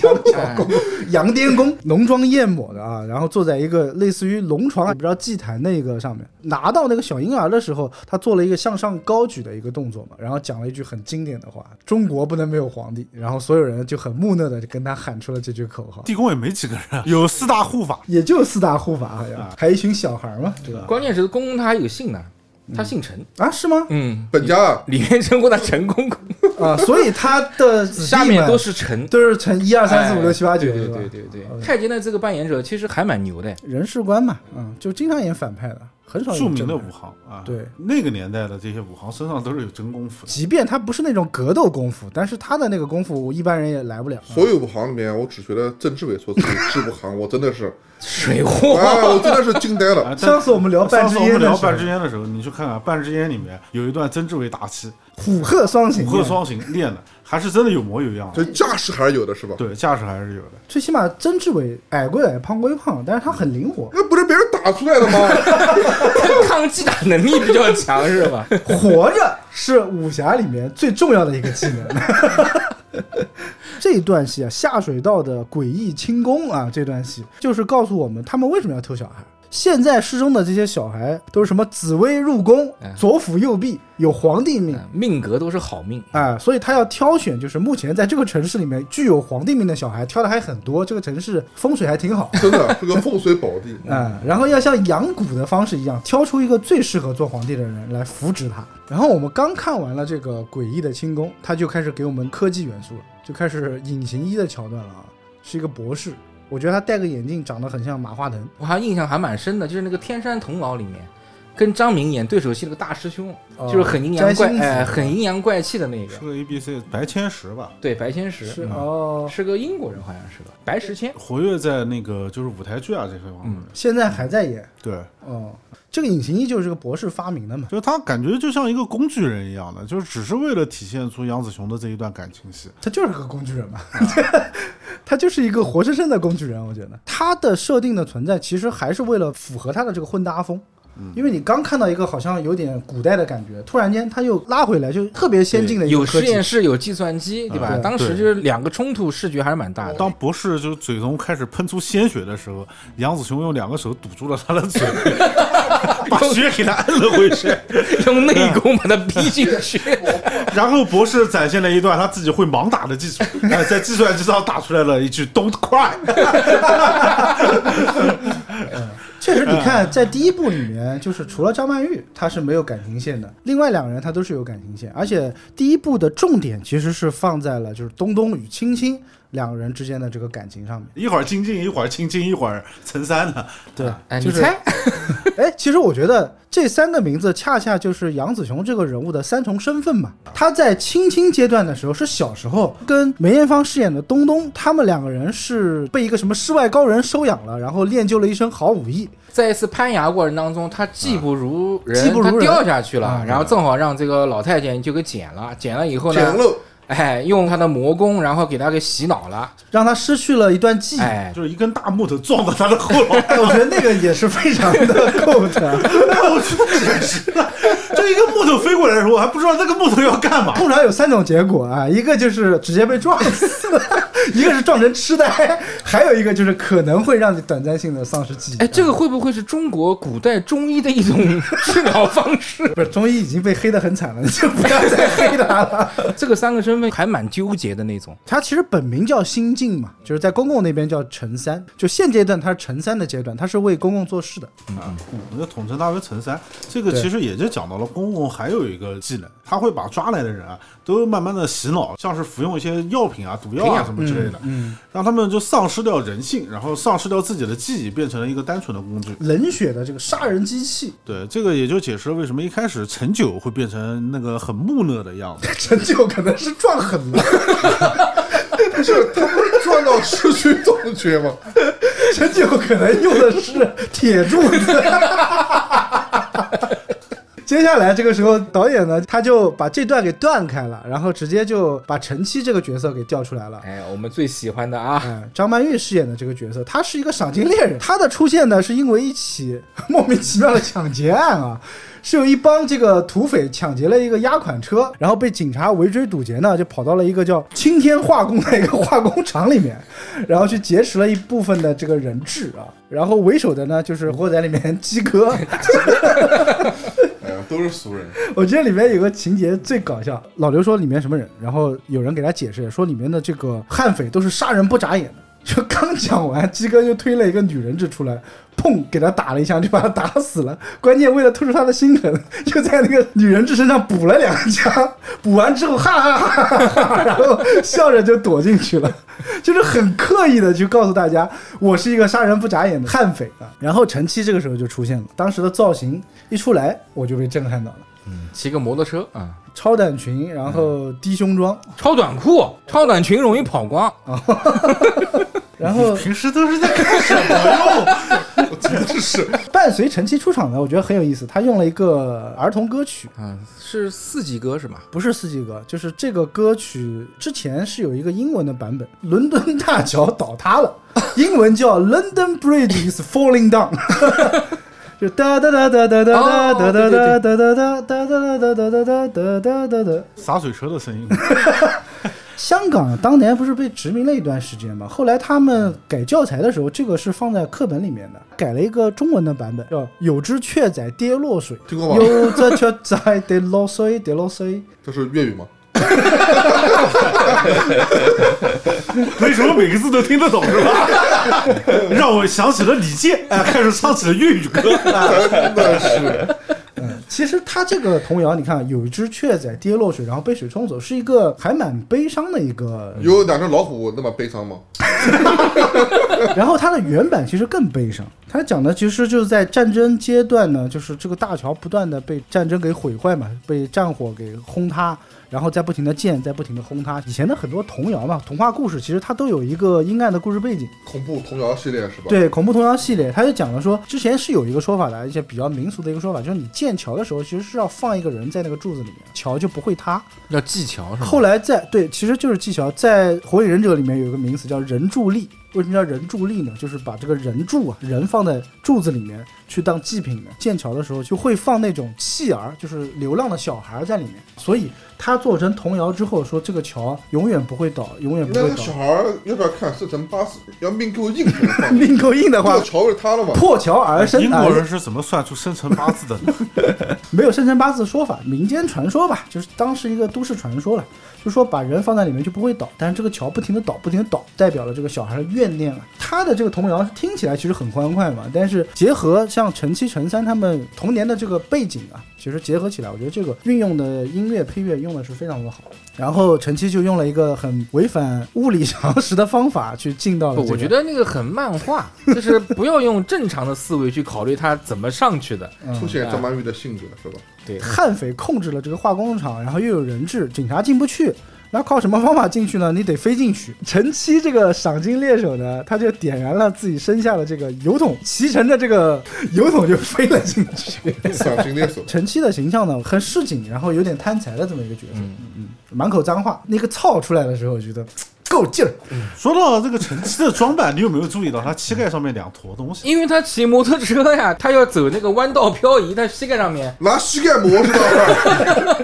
羊角公、羊癫公，浓妆艳抹的啊，然后坐在一个类似于龙床，也不知道祭坛的一个上面，拿到那个小婴儿的时候，他做了一个向上高举的一个动作嘛，然后讲了一句很经典的话：“中国不能没有皇帝。”然后所有人就很木讷的就跟他喊出了这句口号。 <laughs> 地宫也没几个人，啊嗯有四大护法，也就四大护法，好像还一群小孩嘛，对吧？关键是公公他还有姓呢，他姓陈。啊，是吗？嗯，本家啊，里面称呼他陈公公，啊，所以他的子弟下面们都是陈。都是乘一二三四五六七八哎九，对是吧对对对对。太监的这个扮演者其实还蛮牛的，人事官嘛，嗯，就经常演反派的，很少有著名真的人武行啊，对，那个年代的这些武行身上都是有真功夫的。即便他不是那种格斗功夫，但是他的那个功夫一般人也来不了。所有武行里面，我只觉得郑志伟说自己是武行，我真的 <laughs> 是，水 <laughs> 货啊，我真的是惊呆了。 <laughs> 啊，上次我们聊半上支次我烟们的聊时候半，支烟的时候，你去看看半支烟里面有一段曾志伟打气，虎鹤双形，虎鹤双形练的，还是真的有模有样就的。架势还是有的，是吧？，对，架势还是有的。最起码曾志伟矮归矮，胖归胖，但是他很灵活那不是别人打出来的吗？ <laughs> 抗击打能力比较强是吧？活着是武侠里面最重要的一个技能。 <laughs> 这段戏啊，下水道的诡异轻功啊，这段戏就是告诉我们他们为什么要偷小孩。现在失踪的这些小孩都是什么紫薇入宫嗯，左辅右弼，有皇帝命，嗯命格都是好命，啊、所以他要挑选，就是目前在这个城市里面具有皇帝命的小孩，挑的还很多，这个城市风水还挺 <laughs> 好。真的，这个风水宝 <laughs> 地。嗯，然后要像养蛊的方式一样，挑出一个最适合做皇帝的人来扶植他。然后我们刚看完了这个诡异的清宫，他就开始给我们科技元素了，就开始隐形衣的桥段了啊，是一个博士，我觉得他戴个眼镜长得很像马化腾我还印象还蛮深的，就是那个《天山童姥》里面，跟张明演对手戏那个大师兄，哦就是很阴阳摘怪星，子啊哎，很阴阳怪气的那个是，个 A B C 白千石吧，对，白千石是嗯哦，是个英国人，好像是个白石谦，活跃在那个就是舞台剧啊这些方面。现在还在演对，哦。这个隐形衣就是这个博士发明的嘛，就是他感觉就像一个工具人一样的，就是只是为了体现出杨子雄的这一段感情戏。他就是个工具人嘛， <laughs> 他就是一个活生生的工具人。我觉得他的设定的存在，其实还是为了符合他的这个混搭风。因为你刚看到一个好像有点古代的感觉，突然间他又拉回来，就特别先进的一个有科实技验。室，有计算机，对吧？对当时对就是两个冲突，视觉还是蛮大的。当博士就嘴中开始喷出鲜血的时候，杨子雄用两个手堵住了他的嘴， <laughs> 把血给他摁了回去。用内功把他逼进去，然后博士展现了一段他自己会盲打的技术，哎，在计算机上打出来了一句 “Don't cry”。 <laughs> 确实，你看嗯在第一部里面，就是除了张曼玉，她是没有感情线的，另外两个人她都是有感情线。而且第一部的重点其实是放在了就是东东与青青两个人之间的这个感情上面。一会儿金靖，一会儿青青，一会儿陈三呢。对，哎，啊就你是猜？ <laughs> 哎，其实我觉得这三个名字恰恰就是杨子雄这个人物的三重身份嘛。他在青青阶段的时候是小时候，跟梅艳芳饰演的东东，他们两个人是被一个什么世外高人收养了，然后练就了一身好武艺。在一次攀崖过程当中，他技不如人，啊技不如人他掉下去了，啊然后正好让这个老太监就给捡了，捡了以后捡呢，漏，哎，用他的魔功，然后给他给洗脑了，让他失去了一段记忆，，哎，就是一根大木头撞到他的后脑哎我觉得那个也是非常的够的。 <laughs> 哎我去，真是的，就一个木头飞过来的时候，我还不知道那个木头要干嘛。 <laughs> 通常有三种结果啊，一个就是直接被撞死， <laughs> 一个是撞成痴呆，还有一个就是可能会让你短暂性的丧失记忆。哎，这个会不会是中国古代中医的一种治疗方 <laughs> 式？不是中医已经被黑得很惨了，你 <laughs> 就不要再黑他了。这个三个身份还蛮纠结的那种。他其实本名叫新晋嘛，就是在公共那边叫陈三，就现阶段他是陈三的阶段，他是为公共做事的。啊，那个统称他为陈三，这个对其实也就讲到了公公还有一个技能，他会把抓来的人啊，都慢慢的洗脑，像是服用一些药品啊、毒药哎啊呀什么之类嗯的，让他们就丧失掉人性，然后丧失掉自己的记忆，变成了一个单纯的工具。冷血的这个杀人机器，对，这个也就解释了为什么一开始陈九会变成那个很木讷的样子。陈九可能是撞狠了， <laughs> 不是他不是撞到失去痛觉吗？陈九可能用的是铁柱子。 <laughs> 接下来这个时候，导演呢，他就把这段给断开了，然后直接就把陈七这个角色给调出来了。哎，我们最喜欢的啊，哎，张曼玉饰演的这个角色，她是一个赏金猎人。她的出现呢，是因为一起 <laughs> 莫名其妙的抢劫案啊，是有一帮这个土匪抢劫了一个押款车，然后被警察围追堵截呢，就跑到了一个叫青天化工的一个化工厂里面，然后去劫持了一部分的这个人质啊。然后为首的呢，就是《火仔》里面鸡哥。 <laughs> 哎呀，都是俗人。 <laughs> 我觉得里面有个情节最搞笑，老刘说里面什么人，然后有人给他解释说里面的这个悍匪都是杀人不眨眼的。 <laughs> 就刚讲完，鸡哥就推了一个女人质出来，砰，给他打了一枪，就把他打死了。关键为了突出他的心疼， <laughs> 就在那个女人质身上补了两枪， <laughs> 补完之后哈哈哈哈哈哈，然后笑着就躲进去了， <laughs> 就是很刻意的去告诉大家，我是一个杀人不眨眼的悍匪啊。然后陈七这个时候就出现了，当时的造型一出来，我就被震撼到了，骑个摩托车啊、超短裙，然后低胸装，超短裤、超短裙容易跑光， <laughs> 嗯然后平时都是在干什么？我真的是伴随陈七出场呢，我觉得很有意思。他用了一个儿童歌曲，嗯，是四季歌是吧？不是四季歌，就是这个歌曲之前是有一个英文的版本，伦敦大桥倒塌了，英文叫 London Bridge is falling down。就哒哒哒哒哒哒哒哒哒哒哒哒哒哒哒哒哒哒哒哒哒哒。 <laughs> 洒水车的声音，香港当年不是被殖民了一段时间嘛，后来他们改教材的时候，这个是放在课本里面的，改了一个中文的版本，叫“有只雀仔跌落水”。听过吗？有这雀仔跌落水， <laughs> 跌落水。这是粤语吗？为什么每个字都听得懂是吧？ <laughs> 让我想起了李健，哎，开始唱起了粤语 <laughs> 歌。真的是，其实他这个童谣，你看，有一只雀仔跌落水，然后被水冲走，是一个还蛮悲伤的一个。有两只老虎那么悲伤吗？ <laughs> 然后它的原版其实更悲伤，它讲的其实就是在战争阶段呢，就是这个大桥不断的被战争给毁坏嘛，被战火给轰塌，然后再不停的建，再不停的轰塌。以前的很多童谣嘛，童话故事其实它都有一个阴暗的故事背景。恐怖童谣系列是吧？，对恐怖童谣系列，他就讲了说，之前是有一个说法的，一些比较民俗的一个说法，就是你建桥的时候，其实是要放一个人在那个柱子里面，桥就不会塌。要技巧是吧？后来在对，其实就是技巧，在《火影忍者》里面有一个名词叫人柱力。为什么叫人柱力呢？就是把这个人柱啊，人放在柱子里面去当祭品的。建桥的时候就会放那种弃儿，就是流浪的小孩在里面。所以他做成童谣之后，说这个桥永远不会倒，永远不那会个倒小。孩儿要不要看《四乘八十》？要命给我硬给我 <laughs> 放，命够硬的这话个，桥是塌了吗？破桥而生。英啊国人是怎么算出生辰八字的呢？没有生辰八字的说法，民间传说吧，就是当时一个都市传说了，就说把人放在里面就不会倒，但是这个桥不停的倒，不停的倒，代表了这个小孩的怨念啊。他的这个童谣听起来其实很欢快嘛，但是结合像陈七、陈三他们童年的这个背景啊，其实结合起来，我觉得这个运用的音乐配乐用的是非常的好。然后陈七就用了一个很违反物理常识的方法去进到了、哦这不，个，我觉得那个很漫 <laughs> 画，就是不要用正常的思维去考虑它怎么上去的。出现张曼玉的性格是 <laughs> 吧？对，悍匪控制了这个化工厂，然后又有人质，警察进不去。那靠什么方法进去呢？你得飞进去。陈七这个赏金猎手呢，他就点燃了自己身下的这个油桶，骑乘着这 <laughs> 个油桶就飞了进去。赏金猎手，陈七的形象呢，很市井，然后有点贪财的这么一个角色，嗯嗯，满口脏话。那个操出来的时候，我觉得嘖够劲儿。 <laughs> 说到这个陈七的装扮，你有没有注意到他膝盖上面两坨东西？因为他骑摩托车呀，他要走那个弯道漂移，他膝盖上面拿膝盖磨是吧？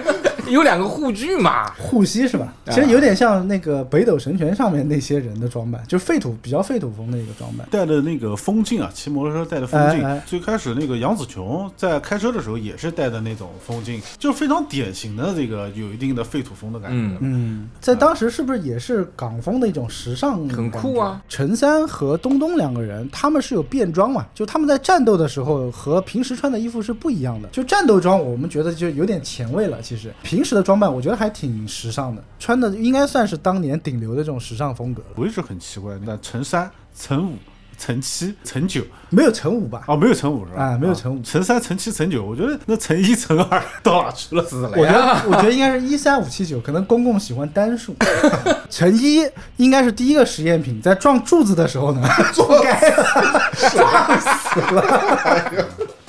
有两个护具嘛。护膝是吧？其实有点像那个北斗神拳上面那些人的装扮，就是废土比较废土风的一个装扮。带的那个风镜啊，骑摩托车带的风镜。哎哎最开始那个杨紫琼在开车的时候也是带的那种风镜，就是非常典型的这个有一定的废土风的感觉。嗯嗯，在当时是不是也是港风的一种时尚？很酷啊！陈三和东东两个人，他们是有变装嘛？就他们在战斗的时候和平时穿的衣服是不一样的。就战斗装，我们觉得就有点前卫了。其实平时的装扮，我觉得还挺时尚的，穿的应该算是当年顶流的这种时尚风格了。我一直很奇怪，那陈三、陈五、陈七、陈九没有陈武吧？啊，没有陈五是吧？啊没有陈五陈三、陈七、陈九，我觉得那陈一、陈二到哪去了？死了 <laughs> 我觉得，我觉得应该是一三五七九，可能公公喜欢单数。 <laughs> 陈一应该是第一个实验品，在撞柱子的时候呢，撞开了，撞死了。 <laughs>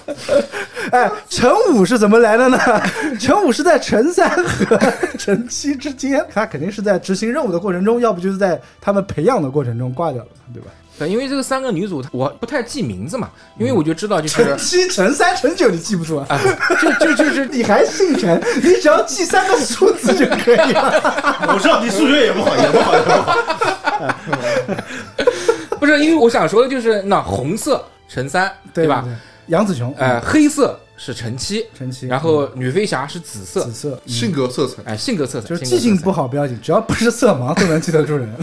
哎，陈五是怎么来的呢？ <laughs> 陈五是在陈三和 <laughs> 陈七之间，他肯定是在执行任务的过程中，要不就是在他们培养的过程中挂掉了，对吧？对，因为这个三个女主，我不太记名字嘛，因为我就知道就是陈七、陈三、陈九，你记不住啊？啊，就就就是 <laughs> 你还姓陈？你只要记三个数字就可以了。我知道你数学也不好，也不好，也不好。 <laughs> 不是因为我想说的就是那红色陈三吧？对？杨紫琼，嗯呃，黑色是陈七，陈七然后女飞侠是紫色紫，色，性格色彩，哎，性格色彩，就是格记性色彩不好不要紧，只要不是色盲都能记得住人。 <laughs>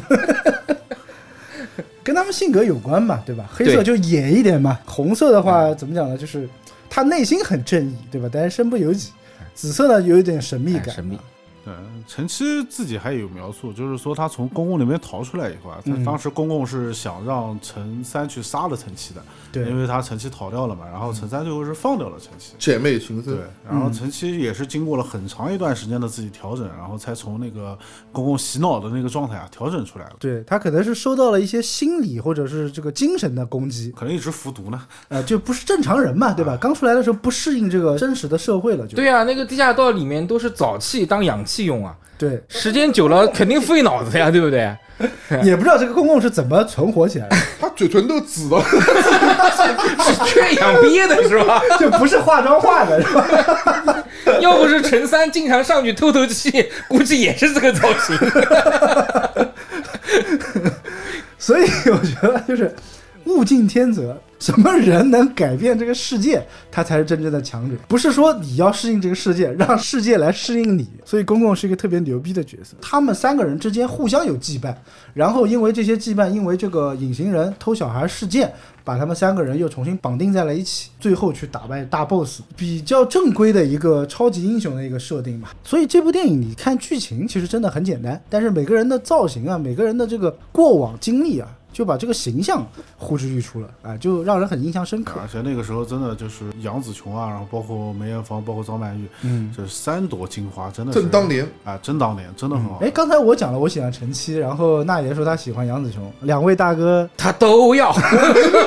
跟他们性格有关嘛，对吧？黑对色就野一点嘛，红色的话嗯怎么讲呢？就是他内心很正义，对吧？但是身不由己。紫色呢，有一点神秘哎感，神秘。 <laughs> 对，陈七自己还有描述，就是说他从公共里面逃出来以后啊，他嗯当时公共是想让陈三去杀了陈七的，对因为他陈七逃掉了嘛，然后陈三最后是放掉了陈七。姐妹情对深，，然后陈七也是经过了很长一段时间的自己调整，然后才从那个公共洗脑的那个状态啊调整出来了。对他可能是受到了一些心理或者是这个精神的攻击，可能一直服毒呢，呃，就不是正常人嘛，对吧？刚出来的时候不适应这个真实的社会了，就啊对啊，那个地下道里面都是沼气当氧气用啊， <laughs> 对，时间久了肯定费脑 <laughs> 子呀，对不对？啊也不知道这个公共是怎么存活起来的，她嘴唇都紫了， <laughs> 是缺氧憋的是 <laughs> 吧？就不是化妆化的，是吧？要不是陈三经常上去透透气，估计也是这个造 <laughs> 型。所以我觉得就是物竞天择，什么人能改变这个世界，他才是真正的强者。不是说你要适应这个世界，让世界来适应你。所以公共是一个特别牛逼的角色，他们三个人之间互相有羁绊，然后因为这些羁绊，因为这个隐形人偷小孩事件。把他们三个人又重新绑定在了一起，最后去打败大 boss，比较正规的一个超级英雄的一个设定吧。所以这部电影你看剧情其实真的很简单，但是每个人的造型啊，每个人的这个过往经历啊，就把这个形象呼之欲出了啊，就让人很印象深刻。而且那个时候真的就是杨紫琼啊，然后包括梅艳芳，包括张曼玉，嗯，这三朵金花真的是正当年。啊，真当年，真的很好。嗯哎，刚才我讲了我喜欢陈七，然后那爷说他喜欢杨紫琼，两位大哥，他都要，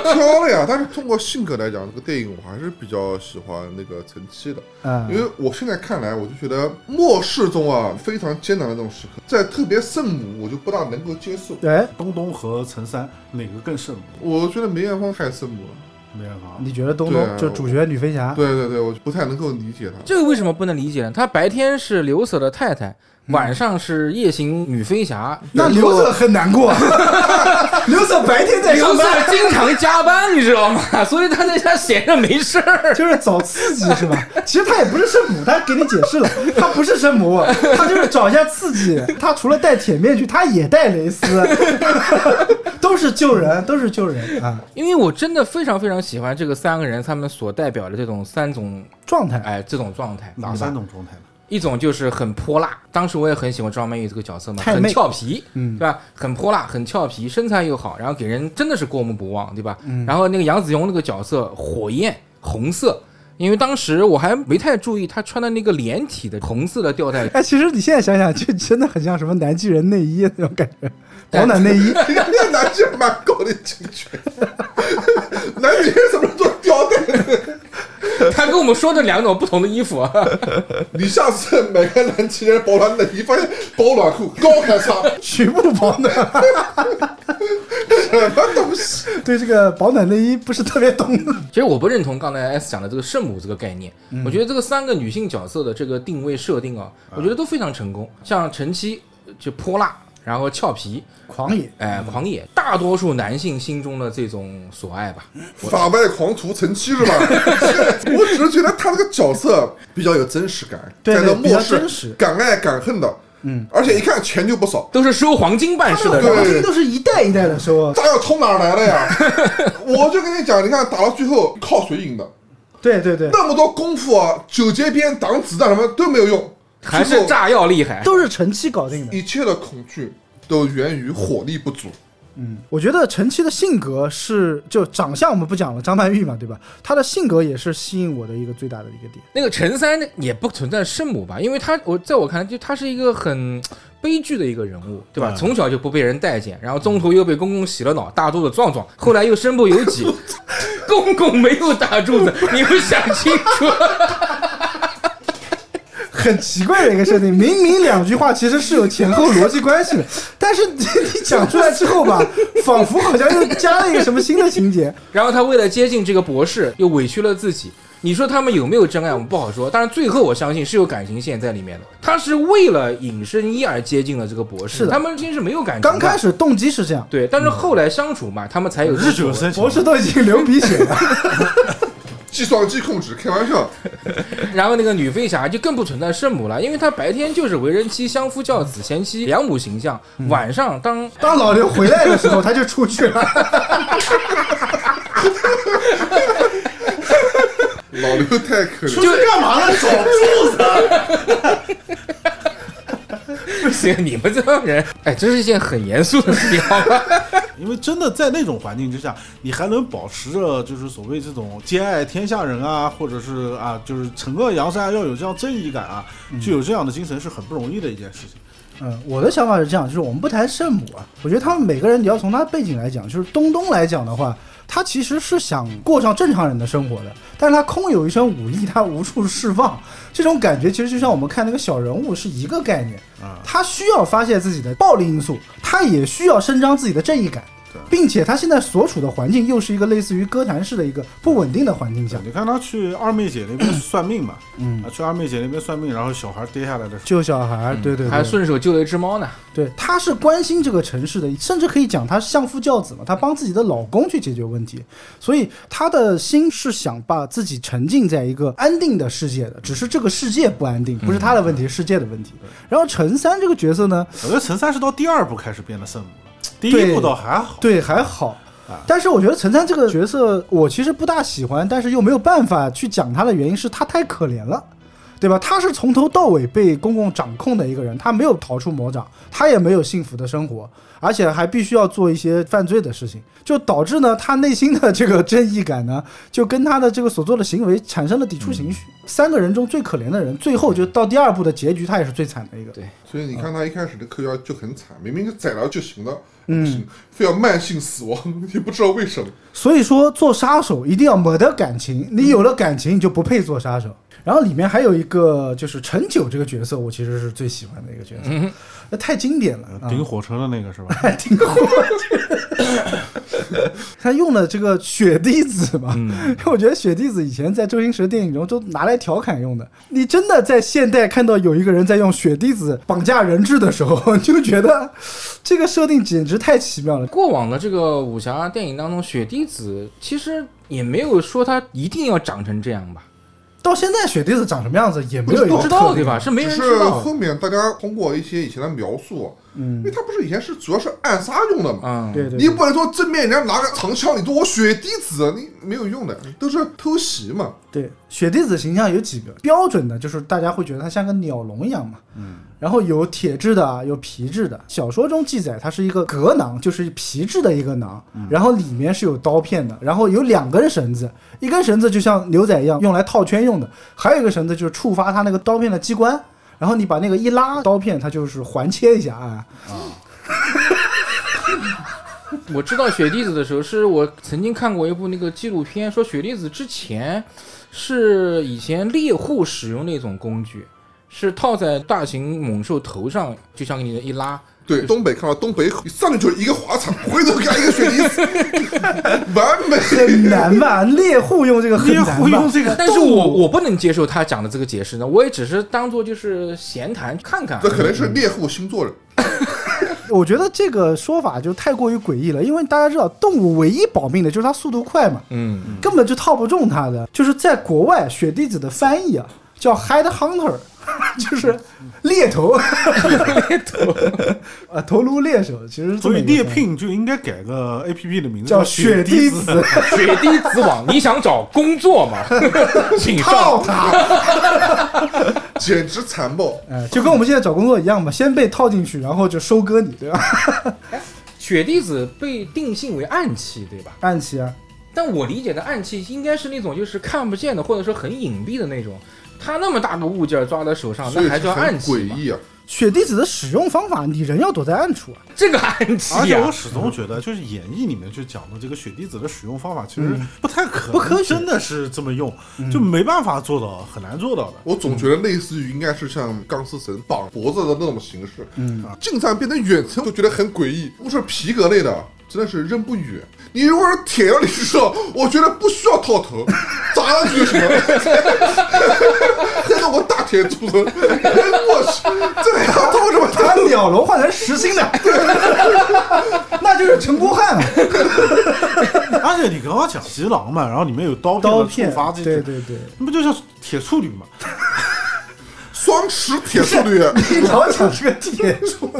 挑了呀，但是通过性格来讲，这个电影我还是比较喜欢那个陈七的，啊、因为我现在看来，我就觉得末世中啊非常艰难的这种时刻，在特别圣母，我就不大能够接受。哎，东东和陈三哪个更胜？我觉得梅艳芳太圣母了，梅艳芳，你觉得东对啊东就主角女飞侠？对对对，我不太能够理解她。 <laughs> <laughs> 这个为什么不能理解呢？他白天是刘舍的太太，晚上是夜行女飞侠。那刘总很难过，刘总白天在刘上舍班，经常加班，你知道 <laughs> 吗？所以他在家闲着没事儿。就是找刺激是吧？其实他也不是圣母，他给你解释了，他不是圣母，他就是找一下刺激。他除了戴铁面具，他也戴蕾丝，都是救人，都是救人啊！因为我真的非常非常喜欢这个三个人，他们所代表的这种三种状态哎这种状态，哪三种状态呢？一种就是很泼辣，当时我也很喜欢张曼玉这个角色嘛，太很妹俏皮，嗯对吧？很泼辣，很俏皮，身材又好，然后给人真的是过目不忘，对吧？嗯，然后那个杨紫琼那个角色火焰红色，因为当时我还没太注意她穿的那个连体的红色的吊带 <laughs> 哎，其实你现在想想，就真的很像什么南极人内衣那种感觉，保暖内衣。人家男性蛮高的进去， <laughs> 男女怎么做吊带？她跟我们说的两种不同的衣服，啊你下次买个男青人保暖内衣，发现保暖裤高开叉，局部保暖， <laughs> 什么东西？对这个保暖内衣不是特别懂。其实我不认同刚才 S 讲的这个圣母这个概念，我觉得这个三个女性角色的这个定位设定啊，我觉得都非常成功。像晨曦呃就泼辣，然后俏皮，狂野，哎，狂野，大多数男性心中的这种所爱吧， <laughs> 法外狂徒陈七是吧？ <laughs> 我只是觉得他这个角色比较有真实感，对在对那比较末真世实敢爱敢恨的，嗯，而且一看钱就不少，都是收黄金办事的对人。黄金都是一代一代的收。炸药从哪儿来的 <laughs> 呀？我就跟你讲，你看打到最后靠谁赢的？对对对，那么多功夫啊，九节鞭挡子弹什么都没有用，还最是后炸药厉害，都是晨曦搞定的。一切的恐惧都源于火力不足。我觉得陈七的性格是，就长相我们不讲了，张曼玉嘛，对吧？她的性格也是吸引我的一个最大的一个点。那个陈三也不存在圣母吧，因为他我在我看来，就他是一个很悲剧的一个人物，对嗯吧？对从小就不被人待见，然后中途又被公公洗了脑，大肚 <laughs> 子壮壮，后来又身不由己。公公没有大柱子，你们想清楚。 <laughs> <laughs> 很奇怪的一个设定，明明两句话其实是有前后逻辑关系的，但是你 <laughs> 你讲出来之后吧，仿佛好像又加了一个什么新的情节。然后他为了接近这个博士，又委屈了自己。你说他们有没有真爱，我们不好说。但是最后我相信是有感情线在里面的。他是为了隐身衣而接近了这个博是士，的他们之间是没有感情的。刚开始动机是这样，对，但是后来相处嘛，他们才有日久生情博士，都已经流鼻血了，计算机控制，开玩笑，然后那个女飞侠就更不存在圣母了，因为她白天就是为人妻、相夫教子、贤妻良母形象，晚上当 <laughs> 当老刘回来的时候，他就出去了。老刘太可怜出。去干嘛呢？找柱子。不行，你们这帮人，哎，这是一件很严肃的事情，好 <laughs> 吧？ <laughs> 因为真的在那种环境之下，你还能保持着就是所谓这种兼爱天下人啊，或者是啊，就是惩恶扬善，啊要有这样正义感啊，嗯具有这样的精神是很不容易的一件事情。 <laughs> 嗯，我的想法是这样，就是我们不谈圣母啊，我觉得他们每个人，你要从他背景来讲，就是东东来讲的话，他其实是想过上正常人的生活的，但是他空有一身武力，他无处释放，这种感觉其实就像我们看那个小人物是一个概念啊他需要发泄自己的暴力因素，他也需要伸张自己的正义感。并且他现在所处的环境又是一个类似于哥谭市的一个不稳定的环境下，你看他去二妹姐那边算命嘛，嗯，去二妹姐那边算命，然后小孩跌下来的时候，救小孩儿，对对对，还顺手救了一只猫呢。对，她是关心这个城市的，甚至可以讲她是相夫教子嘛，她帮自己的老公去解决问题，所以她的心是想把自己沉浸在一个安定的世界的，只是这个世界不安定，不是她的问题，是世界的问题。然后陈三这个角色呢，我觉得陈三是到第二部开始变得圣母了，第一对部倒还好，对还好。但是我觉得陈三这个角色，我其实不大喜欢，但是又没有办法去讲他的原因是他太可怜了，对吧？他是从头到尾被公公掌控的一个人，他没有逃出魔掌，他也没有幸福的生活，而且还必须要做一些犯罪的事情，就导致呢他内心的这个正义感呢，就跟他的这个所做的行为产生了抵触情绪。三个人中最可怜的人，最后就到第二部的结局，他也是最惨的一个。对所以你嗯看他一开始的嗑药就很惨，明明就宰了就行了，嗯不行，非要慢性死亡， <laughs> 也不知道为什么。所以说，做杀手一定要没得感情，你有了感情，你就不配做杀手。然后里面还有一个就是陈九这个角色，我其实是最喜欢的一个角嗯色，那太经典了呃，啊顶火车的那个是 <laughs> 吧？太挺火。他用了这个血滴子嘛，嗯因为我觉得血滴子以前在周星驰电影中都拿来调侃用的。你真的在现代看到有一个人在用血滴子绑架人质的时候，你就觉得这个设定简直太奇妙了。过往的这个武侠电影当中，雪滴子其实也没有说她一定要长成这样吧，到现在血滴子长什么样子也没有一个不知特道定对吧？是没只人是知道后。面大家通过一些以前的描述，嗯，因为他不是以前是主要是暗杀用的嘛，嗯，对对，你不能说正面人家拿个长枪，你对我血滴子，啊你没有用的，都是偷袭嘛。对雪滴子形象有几个标准的，就是大家会觉得它像个鸟笼一样嘛。嗯。然后有铁质的啊，有皮质的。小说中记载它是一个格囊，就是皮质的一个囊，嗯然后里面是有刀片的，然后有两根绳子，一根绳子就像牛仔一样用来套圈用的，还有一个绳子就是触发它那个刀片的机关，然后你把那个一拉，刀片它就是环切一下啊。我知道雪滴子的时候，是我曾经看过一部那个纪录片，说雪滴子之前是以前猎户使用的一种工具，是套在大型猛兽头上，就像给你一拉，对，东北看到东北虎，上去就是一个滑铲，回头干一个血滴 <laughs> 子，完美。很难吧？ <laughs> 猎户用 <laughs> 这个很猎难户吧？用这个，但是我我不能接受他讲的这个解释呢，我也只是当做就是闲谈看啊看。这可能是猎户星座人，我觉得这个说法就太过于诡异了，因为大家知道动物唯一保命的就是它速度快嘛，嗯，根本就套不中它的。就是在国外，雪滴子的翻译啊叫 head hunter，就是猎头，猎头， <laughs> 啊，头颅猎手，其实是这所么以一个猎翻译聘就应该改个 A P P 的名字叫雪雪滴滴子。 <laughs> 子，啊雪滴子网，你想找工作吗？请套上。它，简直残暴。哎，就跟我们现在找工作一样嘛，先被套进去，然后就收割你，对吧？雪滴子被定性为暗器，对吧？暗器啊，但我理解的暗器应该是那种就是看不见的，或者说很隐蔽的那种。他那么大个物件抓在手上，所以啊那还叫很暗诡器吗？异啊！雪滴子的使用方法，你人要躲在暗处啊。这个暗而器啊且呀、我始终觉得，就是演义里面去讲的这个雪滴子的使用方法，其实不太可嗯能不科学嗯真的是这么用，就没办法做到，很难 <laughs> 做到的。我总觉得类似于应该是像钢丝绳绑脖子的那种形式，嗯，近战变成远程就觉得很诡异。如果是皮革类的，真的是扔不远。你如果是铁的，你知道，我觉得不需要套头， <laughs> 砸上去就行了。那 <laughs> 个我大铁镀层， <laughs> 我去，这还要套什么把鸟笼 <laughs> 换成实心的，那就是陈波汉了。而且你刚刚讲吉狼嘛，然后里面有刀刀片片的触发，机对制，对对，那不就像铁处女嘛？双持铁速 <laughs> 率，你老讲这个铁柱，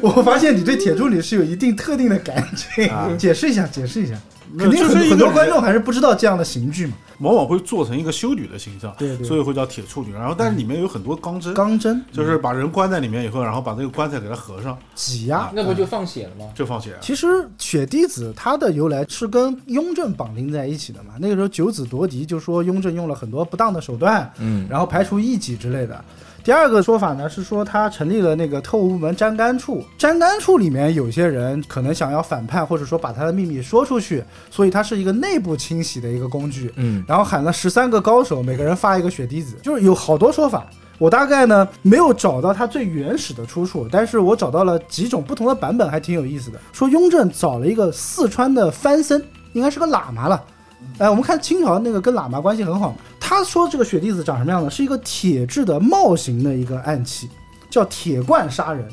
我发现你对铁柱里是有一定特定的感情，解释一下，解释一下。啊那肯定就是很一个很多人观众还是不知道这样的刑具嘛，往往会做成一个修女的形象，对对所以会叫铁处女。然后，但是里面有很多嗯钢针，钢针就是把人关在里面以后，然后把那个棺材给它合上，挤压。那不就放血了 <laughs> 吗？就放血。啊其实血滴子它的由来是跟雍正绑定在一起的嘛。那个时候九子夺嫡，就说雍正用了很多不当的手段，嗯然后排除异己之类的。第二个说法呢是说他成立了那个特务部门詹干处，詹干处里面有些人可能想要反叛，或者说把他的秘密说出去，所以它是一个内部清洗的一个工具。嗯，然后喊了十三个高手，每个人发一个血滴子，就是有好多说法。我大概呢没有找到它最原始的出处，但是我找到了几种不同的版本，还挺有意思的。说雍正找了一个四川的藩僧，应该是个喇嘛了。哎，我们看清朝那个跟喇嘛关系很好，他说这个血滴子长什么样呢？是一个铁制的帽型的一个暗器，叫铁冠杀人，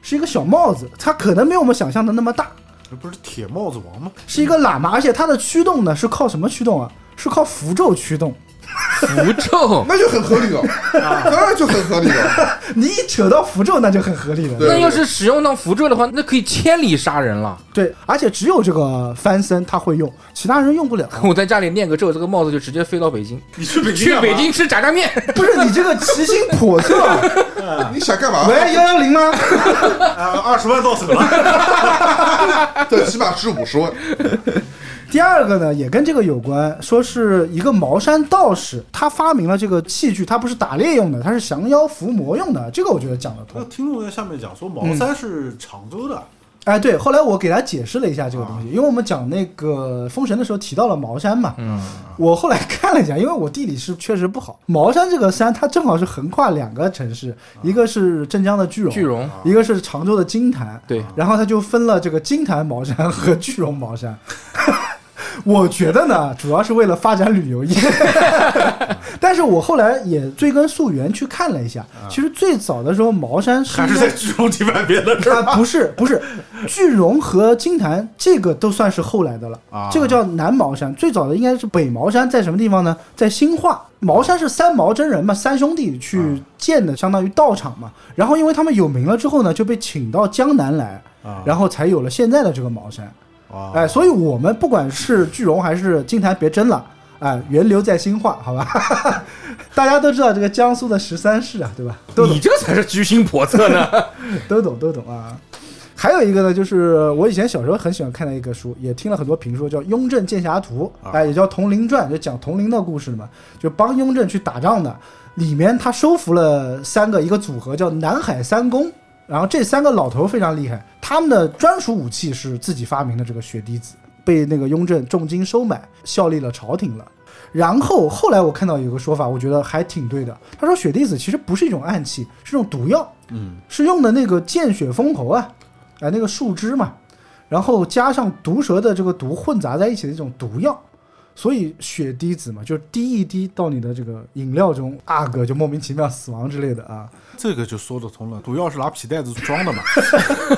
是一个小帽子，它可能没有我们想象的那么大，这不是铁帽子 <laughs> 王吗？是一个喇嘛，而且它的驱动呢是靠什么驱动啊？是靠符咒驱动。符咒那就很合理了，当然就很合理了。你一扯到符咒，那就很合理了。对那要是使用到符咒的话，那可以千里杀人了。 <laughs> 对，而且只有这个翻身他会用，其他人用不了。我在家里念个咒，这个帽子就直接飞到北京，你去北啊去干嘛北京吃炸酱面。 <laughs> 不是你这个其心叵测啊，你想干 <laughs> 嘛？喂幺幺零吗？ <laughs> 啊，二十万到手了。这起码值五十 <laughs> 万。第二个呢，也跟这个有关，说是一个茅山道士，他发明了这个器具，他不是打猎用的，他是降妖伏魔用的，这个我觉得讲得那通。听众在下面讲说，茅山是常州的，哎，对，后来我给他解释了一下这个啊东西，因为我们讲那个封神的时候提到了茅山嘛，嗯，我后来看了一下，因为我地理是确实不好，茅山这个山它正好是横跨两个城市，一个是镇江的句容，句容一个是常州的金坛，对，然后它就分了这个金坛茅山和句容茅山。 <laughs> 我觉得呢，主要是为了发展旅游业， <laughs> 但是我后来也追根溯源去看了一下，其实最早的时候茅山是 <laughs> 啊还是应该在聚龙地板边的 <laughs> 事儿 <laughs> 啊，不是不是，句容和金坛这个都算是后来的了。啊这个叫南茅山，最早的应该是北茅山，在什么地方呢？在兴化。茅山是三毛真人嘛，三兄弟去建的，相当于道场嘛。然后因为他们有名了之后呢，就被请到江南来，啊然后才有了现在的这个茅山。 <laughs> 啊哎，所以我们不管是句容还是金坛，别争了。哎，源流在兴化，好吧？ <laughs> 大家都知道这个江苏的十三市啊，对吧？都懂你这个才是居心叵测呢。都懂都懂啊。还有一个呢，就是我以前小时候很喜欢看的一个书，也听了很多评说，叫《雍正剑侠图》，啊哎，也叫《铜陵传》，就讲铜陵的故事嘛，就帮雍正去打仗的。里面他收服了三个一个组合，叫南海三公。然后这三个老头非常厉害，他们的专属武器是自己发明的这个血滴子，被那个雍正重金收买，效力了朝廷了。然后后来我看到有个说法，我觉得还挺对的。他说血滴子其实不是一种暗器，是一种毒药。嗯，是用的那个见血封喉啊，哎，那个树枝嘛，然后加上毒蛇的这个毒混杂在一起的一种毒药，所以血滴子嘛，就是滴一滴到你的这个饮料中，啊哥就莫名其妙死亡之类的啊。这个就说得通了。毒药是拿皮带子装的嘛， <laughs>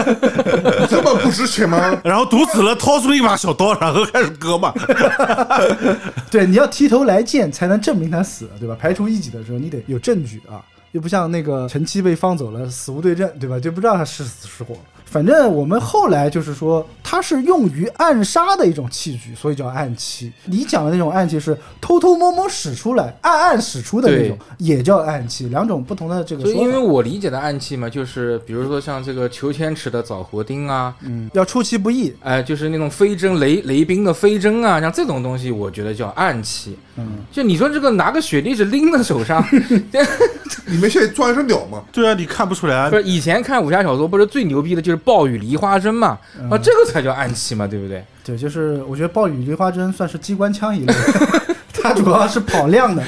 这么不值钱吗？然后毒死了，掏出一把小刀，然后开始割嘛。 <laughs> 对，你要提头来见才能证明他死了，对吧？排除异己的时候，你得有证据啊，又不像那个陈七被放走了，死无对证，对吧？就不知道他是死是活。反正我们后来就是说，它是用于暗杀的一种器具，所以叫暗器。你讲的那种暗器是偷偷摸摸使出来、暗暗使出的那种，也叫暗器，两种不同的这个所说法。以，因为我理解的暗器嘛，就是比如说像这个裘千尺的枣核钉啊，嗯，要出其不意，哎、就是那种飞针雷雷兵的飞针啊，像这种东西，我觉得叫暗器。嗯，就你说这个拿个雪地是拎在手上，你们现在抓一只鸟吗？对啊，你看不出来啊不。是以前看武侠小说，不是最牛逼的就是暴雨梨花针嘛？啊，这个才叫暗器嘛，对不对？对，就是我觉得暴雨梨花针算是机关枪一 <laughs> 类的，它主要是跑量的。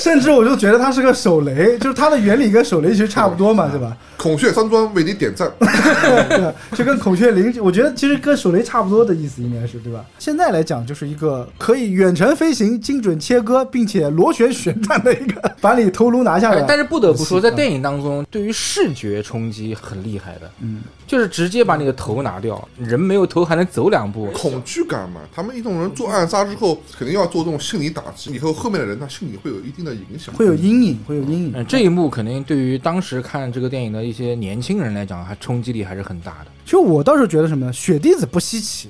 甚至我就觉得它是个手雷，就是它的原理跟手雷其实差不多嘛，对吧？孔雀山庄为你点赞，对吧？就跟孔雀翎，我觉得其实跟手雷差不多的意思，应该是对吧？现在来讲，就是一个可以远程飞行、精准切割，并且螺旋旋转的一个，把你头颅拿下来哎。但是不得不说，嗯在电影当中，对于视觉冲击很厉害的，嗯，就是直接把你的头拿掉，人没有头还能走两步，嗯恐惧感嘛。他们一种人做暗杀之后，肯定要做这种心理打击，以后后面的人他心理会有一定的影响。会有阴影，会有阴影。嗯，这一幕肯定对于当时看这个电影的一些年轻人来讲，还冲击力还是很大的。其实我倒是觉得什么呢？雪滴子不稀奇，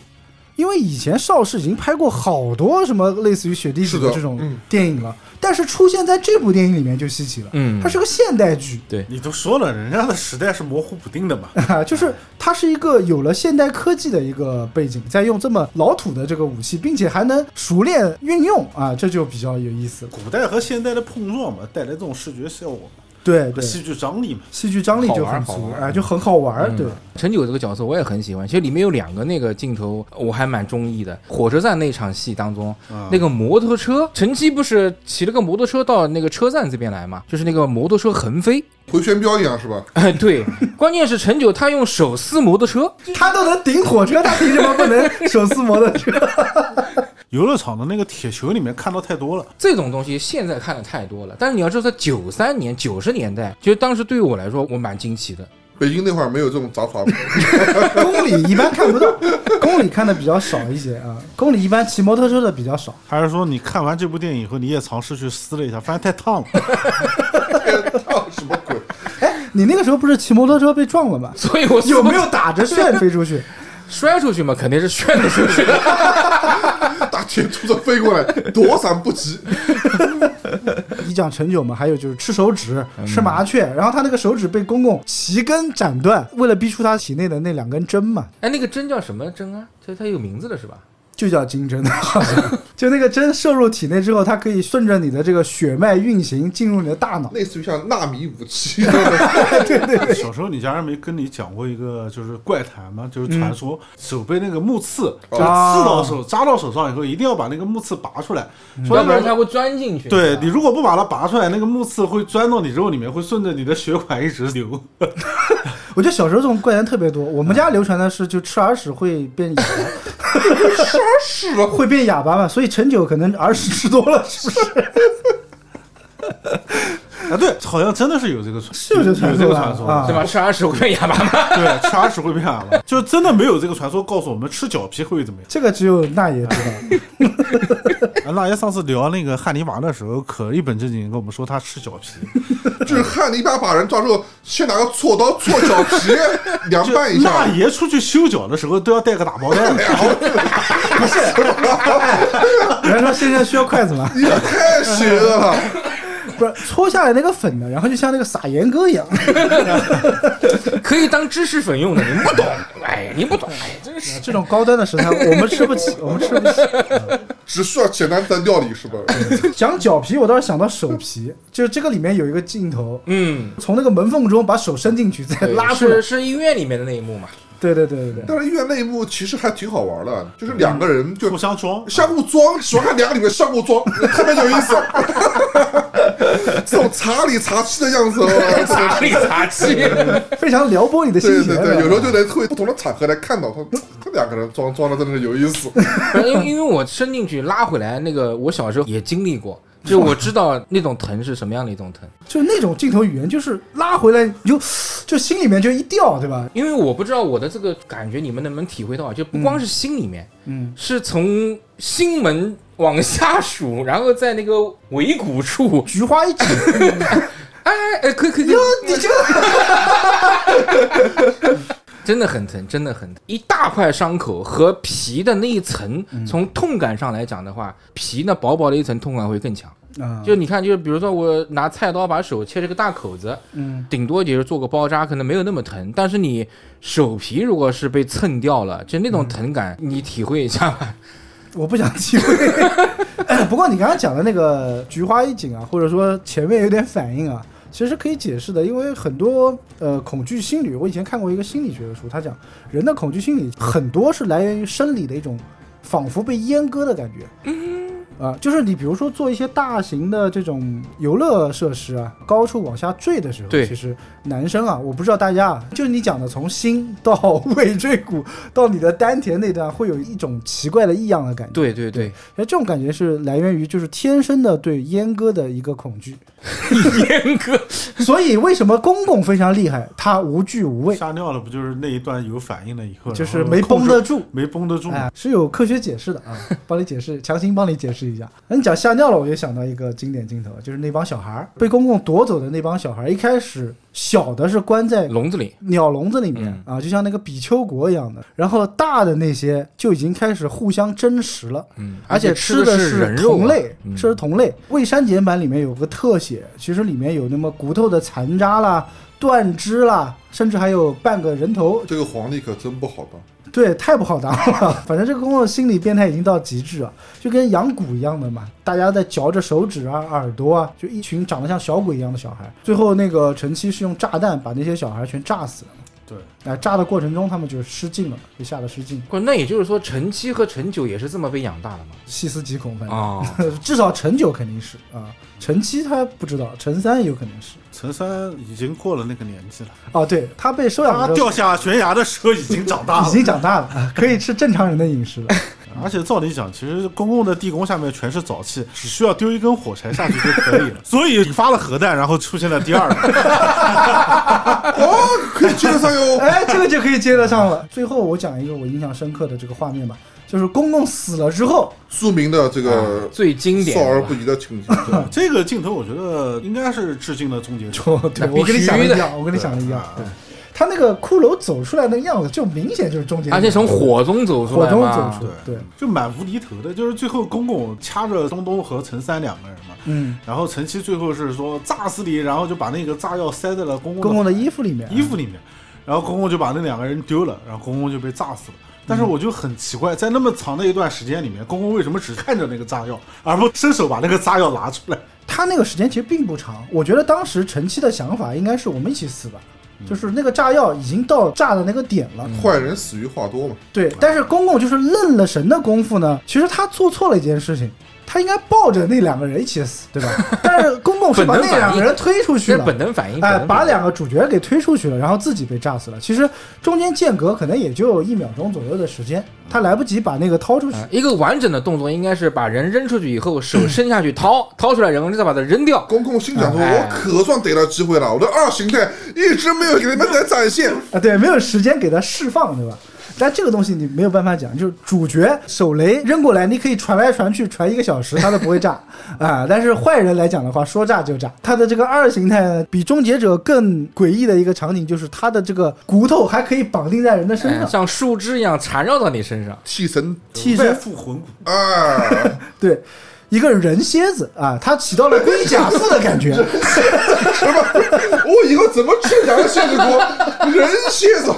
因为以前邵氏已经拍过好多什么类似于雪滴子是的这种嗯电影了，但是出现在这部电影里面就稀奇了。嗯它是个现代剧。 <laughs> 你都说了，人家的时代是模糊不定的嘛。啊，就是它是一个有了现代科技的一个背景，再用这么老土的这个武器，并且还能熟练运用啊，这就比较有意思。古代和现代的碰撞嘛，带来这种视觉效果嘛，对和对，戏剧张力嘛。戏剧张力就很好足玩好玩啊，就很好玩。嗯对，陈九这个角色我也很喜欢，其实里面有两个那个镜头我还蛮中意的。火车站那场戏当中，嗯那个摩托车，陈七不是骑了个摩托车到那个车站这边来嘛？就是那个摩托车横飞， <laughs> 回旋镖一样是吧？哎，对，关键是陈九他用手撕摩托车，他都能顶火车，他凭什么不能手撕摩托车？游乐场的那个铁球里面看到太多了，这种东西现在看的太多了。但是你要知道，在九三年、九十年代，其实当时对于我来说，我蛮惊奇的。北京那会儿没有这种杂耍，公里一般看不 <laughs> 到，公里看的比较少一些啊，公里一般骑摩托车的比较少。还是说你看完这部电影以后，你也尝试去撕了一下，发现太烫 <laughs> 了。什么鬼？哎，你那个时候不是骑摩托车被撞了吗？所以我 <laughs> 有没有打着旋飞出 <laughs> 去？摔出去嘛？肯定是旋了出去 <laughs> 的。大铁柱子飞过来，躲闪不及。你讲陈九嘛，还有就是吃手指、吃麻雀，然后他那个手指被公公齐根斩断，为了逼出他体内的那两根针嘛，哎，那个针叫什么针啊？它它有名字的是吧？就叫金 <laughs> 针，好像就那个针摄入体内之后，它可以顺着你的这个血脉运行进入你的 <laughs> 大脑。类似于像纳米武器一样的，小时候你家人没跟你讲过一个就是怪谈吗？就是传说、手被那个木刺就是刺到手、扎到手上以后，一定要把那个木刺拔出来，说要不那然它个。会钻进去。对你如果不把它拔出来，那个木刺会钻到你肉里面，会顺着你的血管一直 <laughs> 流。我觉得小时候这种怪谈特别多，我们家流传的是就吃耳屎会变哑巴，吃屎了！会变哑巴嘛，所以陈九可能耳屎吃多了，是不是？啊，对，好像真的是有这个传，是有这个传有说这个吧传说，啊对吧？吃耳屎会变哑巴吗？ <laughs> 对，吃耳屎会变哑巴，啊就是真的没有这个传说告诉我们吃脚皮会怎么样。这个只有那爷知 <laughs> 道。啊那爷上次聊那个汉尼拔的时候，可一本正经地跟我们说他吃脚皮，就是汉尼拔把人抓之后，先拿个锉刀锉脚皮，凉 <laughs> 拌一下那。爷出去修脚的时候都要带个打包袋的。有人说现在需要筷子吗？你也太邪恶了！不是搓下来那个粉的，然后就像那个撒盐哥一样。 <laughs> 可以当知识粉用的，你们不懂。哎，你不懂，哎，真是。这种高端的食材我们吃不起，我们吃不起。只需要简单的料理是吧？ <laughs> 讲脚皮，我倒是想到手皮，就是这个里面有一个镜头，嗯，从那个门缝中把手伸进去，再对拉出来是。是医院里面的那一幕 <laughs> 嘛？对对对对对，但是医院那一幕其实还挺好玩的，就是两个人就互相装，相互装，喜欢看两个女的相互装，特别有意思。这种茶里茶气的样子，哦杂里杂气。非常撩拨你的对心对弦。对，有时候吧就能会不同的场合来看到他，这两个人装装的真的是有意思。 <laughs> 因为因为我伸进去拉回来，那个我小时候也经历过，就我知道那种疼是什么样的一种疼。就那种镜头语言，就是拉回来你就就心里面就一掉，对吧？因为我不知道我的这个感觉你们能不能体会到，啊就不光是心里面，嗯，是从心门往下数，然后在那个尾骨处，菊花一紧，哎哎哎，可以可以，可以哟，你这 <laughs> 真的很疼，真的很疼。一大块伤口和皮的那一层，嗯从痛感上来讲的话，皮那薄薄的一层痛感会更强。啊，就你看，就是比如说我拿菜刀把手切这个大口子，嗯，顶多也就是做个包扎，可能没有那么疼。但是你手皮如果是被蹭掉了，就那种疼感，嗯你体会一 <laughs> 下吧。我不想体会。哎 <coughs> 不过你刚刚讲的那个菊花一紧啊，或者说前面有点反应啊，其实可以解释的，因为很多呃恐惧心理，我以前看过一个心理学的书，他讲人的嗯恐惧心理很多是来源于生理的一种仿佛被阉割的感觉。啊、就是你比如说做一些大型的这种游乐设施啊，高处往下坠的时候，对其实男生啊，我不知道大家啊，就你讲的从心到 <laughs> 尾椎骨到你的丹田那段，会有一种奇怪的异样的感觉。对对对，哎，这种感觉是来源于就是天生的对阉割的一个恐惧，阉割所以为什么公公非常厉害，他无惧无畏，吓尿了不就是那一段有反应了以后，就是然后没控绷制得住。没绷得住，哎，是有科学解释的啊，帮你解释，强行帮你解释一下。那你讲吓尿了，我就想到一个经典镜头，就是那帮小孩儿被公公夺走的那帮小孩儿，一开始小的是关在笼子里，鸟笼子里面、嗯啊，就像那个比丘国一样的，然后大的那些就已经开始互相争食了。嗯，而且吃的是人肉啊同类，嗯吃的是同类。未删减版里面有个特写，其实里面有那么骨头的残渣啦、断肢啦，甚至还有半个人头，这个皇帝可真不好当。对，太不好当了。 <laughs> 反正这个公公心理变态已经到极致了，就跟养蛊一样的嘛，大家在嚼着手指啊、耳朵啊，就一群长得像小鬼一样的小孩。最后那个陈七是用炸弹把那些小孩全炸死了。对，哎、炸的过程中他们就失禁了，就吓得失禁，不，那也就是说，陈七和陈九也是这么被养大的嘛？细思极恐，反正。啊， <laughs> 至少陈九肯定是啊，陈七他不知道，陈三有可能是陈三已经过了那个年纪了，哦，对他被收养他的时候掉下悬崖的时候已经长大了已。经长大了，啊可以吃正常人的饮食了。而且照理讲，其实公共的地宫下面全是沼气，只需要丢一根火柴下去就 <laughs> 可以了。所以发了核弹，然后出现了第二个。哦，可以接得上哟。哎，这个就可以接得上了。最后我讲一个我印象深刻的这个画面吧，就是公公死了之后，著名的这个啊最经典少的吧儿不宜的情节， <laughs> 这个镜头我觉得应该是致敬的终结者。对那我跟你必须想的一的样，我跟你想的一样。对，他那个骷髅走出来那个样子，就明显就是中间， <laughs> 而且从火中走出火来中嘛，走出来，对对，就蛮无厘头的，就是最后公公掐着东东和陈三两个人嘛，嗯，然后陈七最后是说炸死你，然后就把那个炸药塞在了公公公公的的衣服里面，啊衣服里面，然后公公就把那两个人丢了，然后公公就被炸死了。但是我就很奇怪，在那么长的一段时间里面，公公为什么只看着那个炸药，而不伸手把那个炸药拿出来？他那个时间其实并不长，我觉得当时陈七的想法应该是我们一起死吧，嗯就是那个炸药已经到炸的那个点了，坏人死于话多嘛。对。但是公公就是愣了神的功夫呢，其实他做错了一件事情，他应该抱着那两个人一起死， <laughs> 对吧？但是公公是把那两个人推出去这是了，本能反应，哎，本能把反应两个主角给推出去了，然后自己被炸死了。其实中间间隔可能也就一秒钟左右的时嗯间，他来不及把那个掏出去。啊一个完整的动作应该是把人扔出去以后，手伸下去掏掏出来，然后再把它扔掉。公公心想说：“哎我可算逮到机会了，我的二形态一直没有给你们来展现。啊，对，没有时间给他释放，对吧？但这个东西你没有办法讲，就是主角手雷扔过来，你可以传来传去，传一个小时它都不会炸 <laughs> 啊。但是坏人来讲的话，说炸就炸。他的这个二形态呢，比终结者更诡异的一个场景就是他的这个骨头还可以绑定在人的身哎上。像树枝一样缠绕到你身上”，替身替外身附魂骨，啊，对，一个人蝎子啊，它起到了龟甲术的感觉。什么？ <laughs> 我以后怎么吃羊蝎子 <laughs> 锅？人蝎子，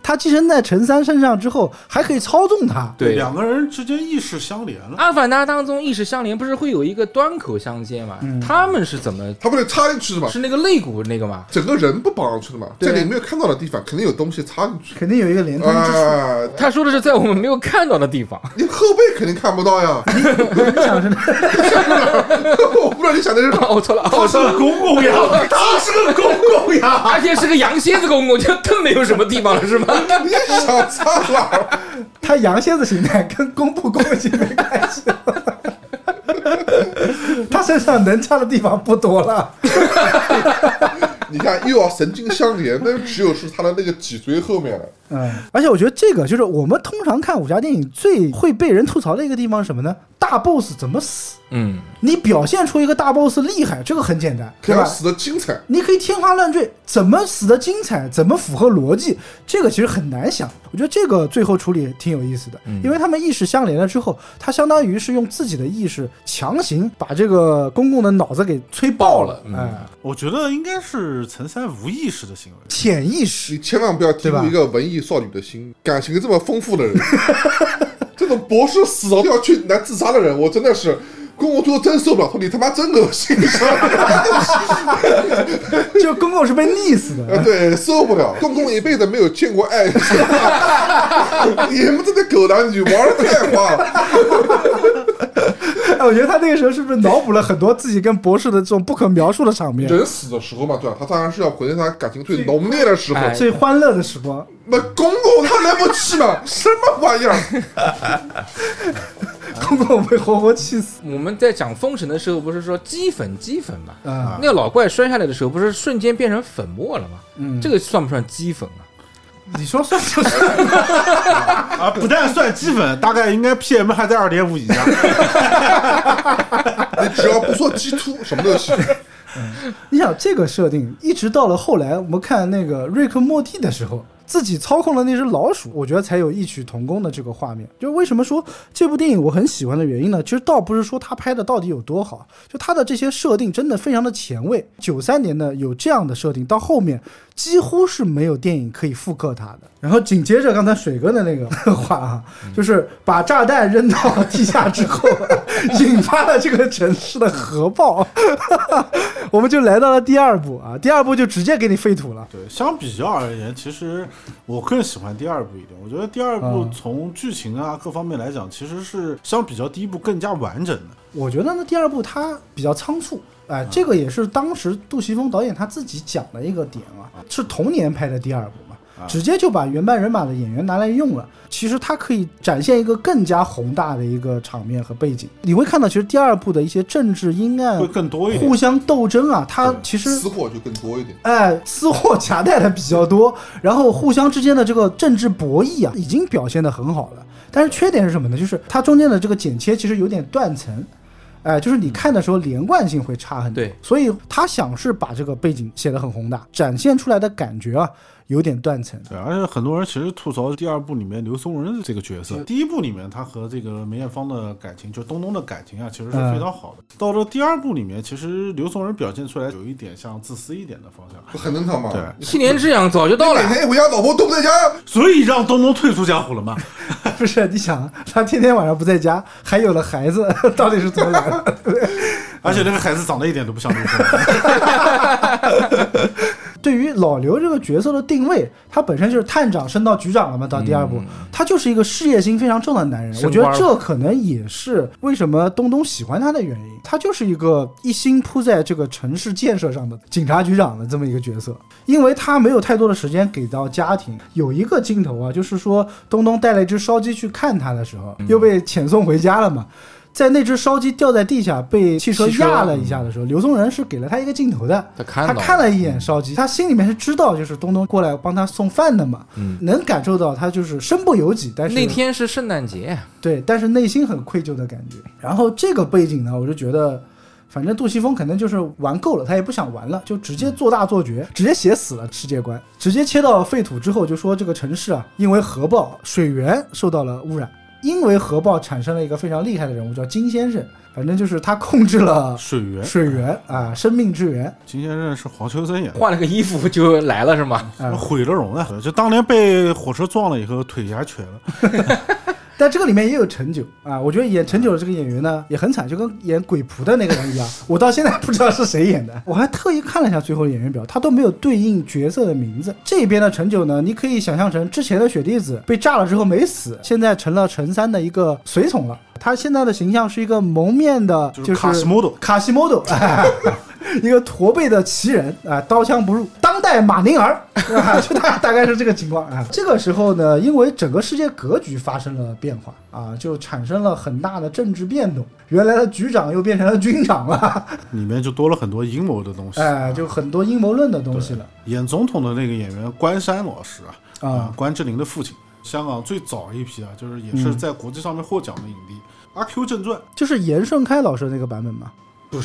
它寄生在陈三身上之后，还可以操纵它。对。两个人之间意识相连 <laughs> 了。阿凡达当中意识相连不是会有一个端口相接嘛？他们是怎么他不得插进去的嘛？是那个肋骨那个嘛？整个人不绑上去的嘛？对在你没有看到的地方，肯定有东西插进 <laughs> 去。肯定有一个连通之处。啊，他说的是在我们没有看到的地方， <laughs> 你后背肯定看不到呀！ <laughs> 你想是 <laughs> 我不知道你想的是 <laughs> 哦什么。我错了，他 <laughs> 我是错了。个公公呀，他是个公公呀。而且是个羊蝎子公公，就更没有什么地方了，是吗？你想插哪儿？ <laughs> 它羊蝎子形态跟公不公已经没关系了。它身上能插的地方不多了，你看，又要神经相连，那只有是他的那个脊椎后面了。嗯，而且我觉得这个就是我们通常看武侠电影最会被人吐槽的一个地方是什么呢？大 boss 怎么死？嗯，你表现出一个大 boss 厉害，这个很简单，他对要吧？死的精彩。你可以天花乱坠，怎么死的精彩，怎么符合逻辑，这个其实很难想。我觉得这个最后处理挺有意思的，因为他们意识相连了之后，他相当于是用自己的意识强行把这个公共的脑子给吹爆了，爆了哎，我觉得应该是陈三无意识的行为。潜意识 <laughs> 你千万不要低对吧估一个文艺少女的心，感情这么丰富的人， <laughs> 这种博士死了要去来自杀的人，我真的是。公公最后真受不了，说你他妈真恶心！就是公共是被溺死的。 <laughs> <laughs> 对，受不了。公公一辈子没有见过爱， <laughs> 你们这些狗男女玩的太花了。我觉得他那个时候是不是脑补了很多自己跟博士的这种不可描述的场面，人死的时候嘛，对吧、他当然是要回到他感情最浓烈的时候。哎最欢乐的时光。那公公他来不去嘛？什么玩意儿？公公被活活气死嗯我们在讲封神的时候，不是说齑粉齑粉嘛？啊！那个老怪摔下来的时候，不是瞬间变成粉末了吗？嗯这个算不算齑粉啊？你说算不算？啊，不但算基本，大概应该 PM 还在二点五以 <laughs> 下。你只要不做鸡突，什么都行。你想这个设定，一直到了后来我们看那个瑞克莫蒂的时候，自己操控了那只老鼠，我觉得才有异曲同工的这个画面。就是为什么说这部电影我很喜欢的原因呢？其实倒不是说他拍的到底有多好，就他的这些设定真的非常的前卫。九三年呢有这样的设定，到后面几乎是没有电影可以复刻它的。然后紧接着刚才水哥的那个话啊，就是把炸弹扔到地下之后，引发了这个城市的核爆。 <laughs> 我们就来到了第二部啊，第二部就直接给你废土了。对，相比较而言，其实我更喜欢第二部一点。我觉得第二部嗯从剧情啊各方面来讲，其实是相比较第一部更加完整的。我觉得呢，第二部它比较仓促，哎，啊这个也是当时杜琪峰导演他自己讲的一个点啊，是同年拍的第二部啊嘛，直接就把原班人马的演员拿来用了。其实它可以展现一个更加宏大的一个场面和背景。你会看到，其实第二部的一些政治阴暗会、更多一点互相斗争啊，它对其实私货就更多一点。哎，私货夹带的比较多，然后互相之间的这个政治博弈啊，已经表现得很好了。但是缺点是什么呢？就是它中间的这个剪切其实有点断层，哎，就是你看的时候连贯性会差很多。对所以他想是把这个背景写得很宏大，展现出来的感觉啊，有点断层。对，而且很多人其实吐槽第二部里面刘松仁这个角色，第一部里面他和这个梅艳芳的感情，就东东的感情啊，其实是嗯非常好的。到了第二部里面，其实刘松仁表现出来有一点像自私一点的方向，很正常嘛。对你七年之痒早就到了每，天一回哎家，老婆都不在家，所以让东东退出江 <laughs> 湖了嘛。不是，你想他天天晚上不在家，还有了孩子， <laughs> 到底是怎么来的？而且那个孩子长得一点都不像刘松 <laughs> 仁，对于老刘这个角色的定位，他本身就是探长升到局长了嘛，到第二部，他就是一个事业心非常重的男人。嗯升我觉官得了这可能也是为什么东东喜欢他的原因，他就是一个一心扑在这个城市建设上的警察局长的这么一个角色，因为他没有太多的时间给到家庭。有一个镜头啊，就是说东东带了一只烧鸡去看他的时候，嗯又被遣送回家了嘛。在那只烧鸡掉在地下被汽车汽车嗯压了一下的时候，刘松仁是给了他一个镜头的，他看他到看了一眼烧鸡，他心里面是知道就是东东过来帮他送饭的嘛，嗯能感受到他就是身不由己，但是那天是圣诞节，对，但是内心很愧疚的感觉。然后这个背景呢，我就觉得。反正杜琪峰可能就是玩够了，他也不想玩了，就直接做大做绝，直接写死了世界观，直接切到废土之后，就说这个城市啊，因为核爆水源受到了污染，因为核爆产生了一个非常厉害的人物叫金先生，反正就是他控制了水源水源啊，生命之源，金先生是黄秋生演的。换了个衣服就来了是吗？啊毁了容了，就当年被火车撞了以后，腿还瘸了。但这个里面也有陈九啊，我觉得演陈九的这个演员呢也很惨，就跟演鬼仆的那个人一样， <laughs> 我到现在不知道是谁演的。我还特意看了一下最后的演员表，他都没有对应角色的名字。这边的陈九呢，你可以想象成之前的雪弟子被炸了之后没死，现在成了陈三的一个随从了。他现在的形象是一个蒙面的，就就是是卡西莫多卡西莫多，哎 <laughs> 一个驼背的奇人啊，刀枪不入，当代马宁儿，啊、就大大概是这个情况啊。这个时候呢，因为整个世界格局发生了变化啊，就产生了很大的政治变动。原来的局长又变成了军长了，里面就多了很多阴谋的东西。哎，就很多阴谋论的东西了。演总统的那个演员关山老师啊，啊关之琳的父亲，香港最早一批啊，就是也嗯是在国际上面获奖的影帝，阿 Q 正传》就是严顺开老师的那个版本嘛，就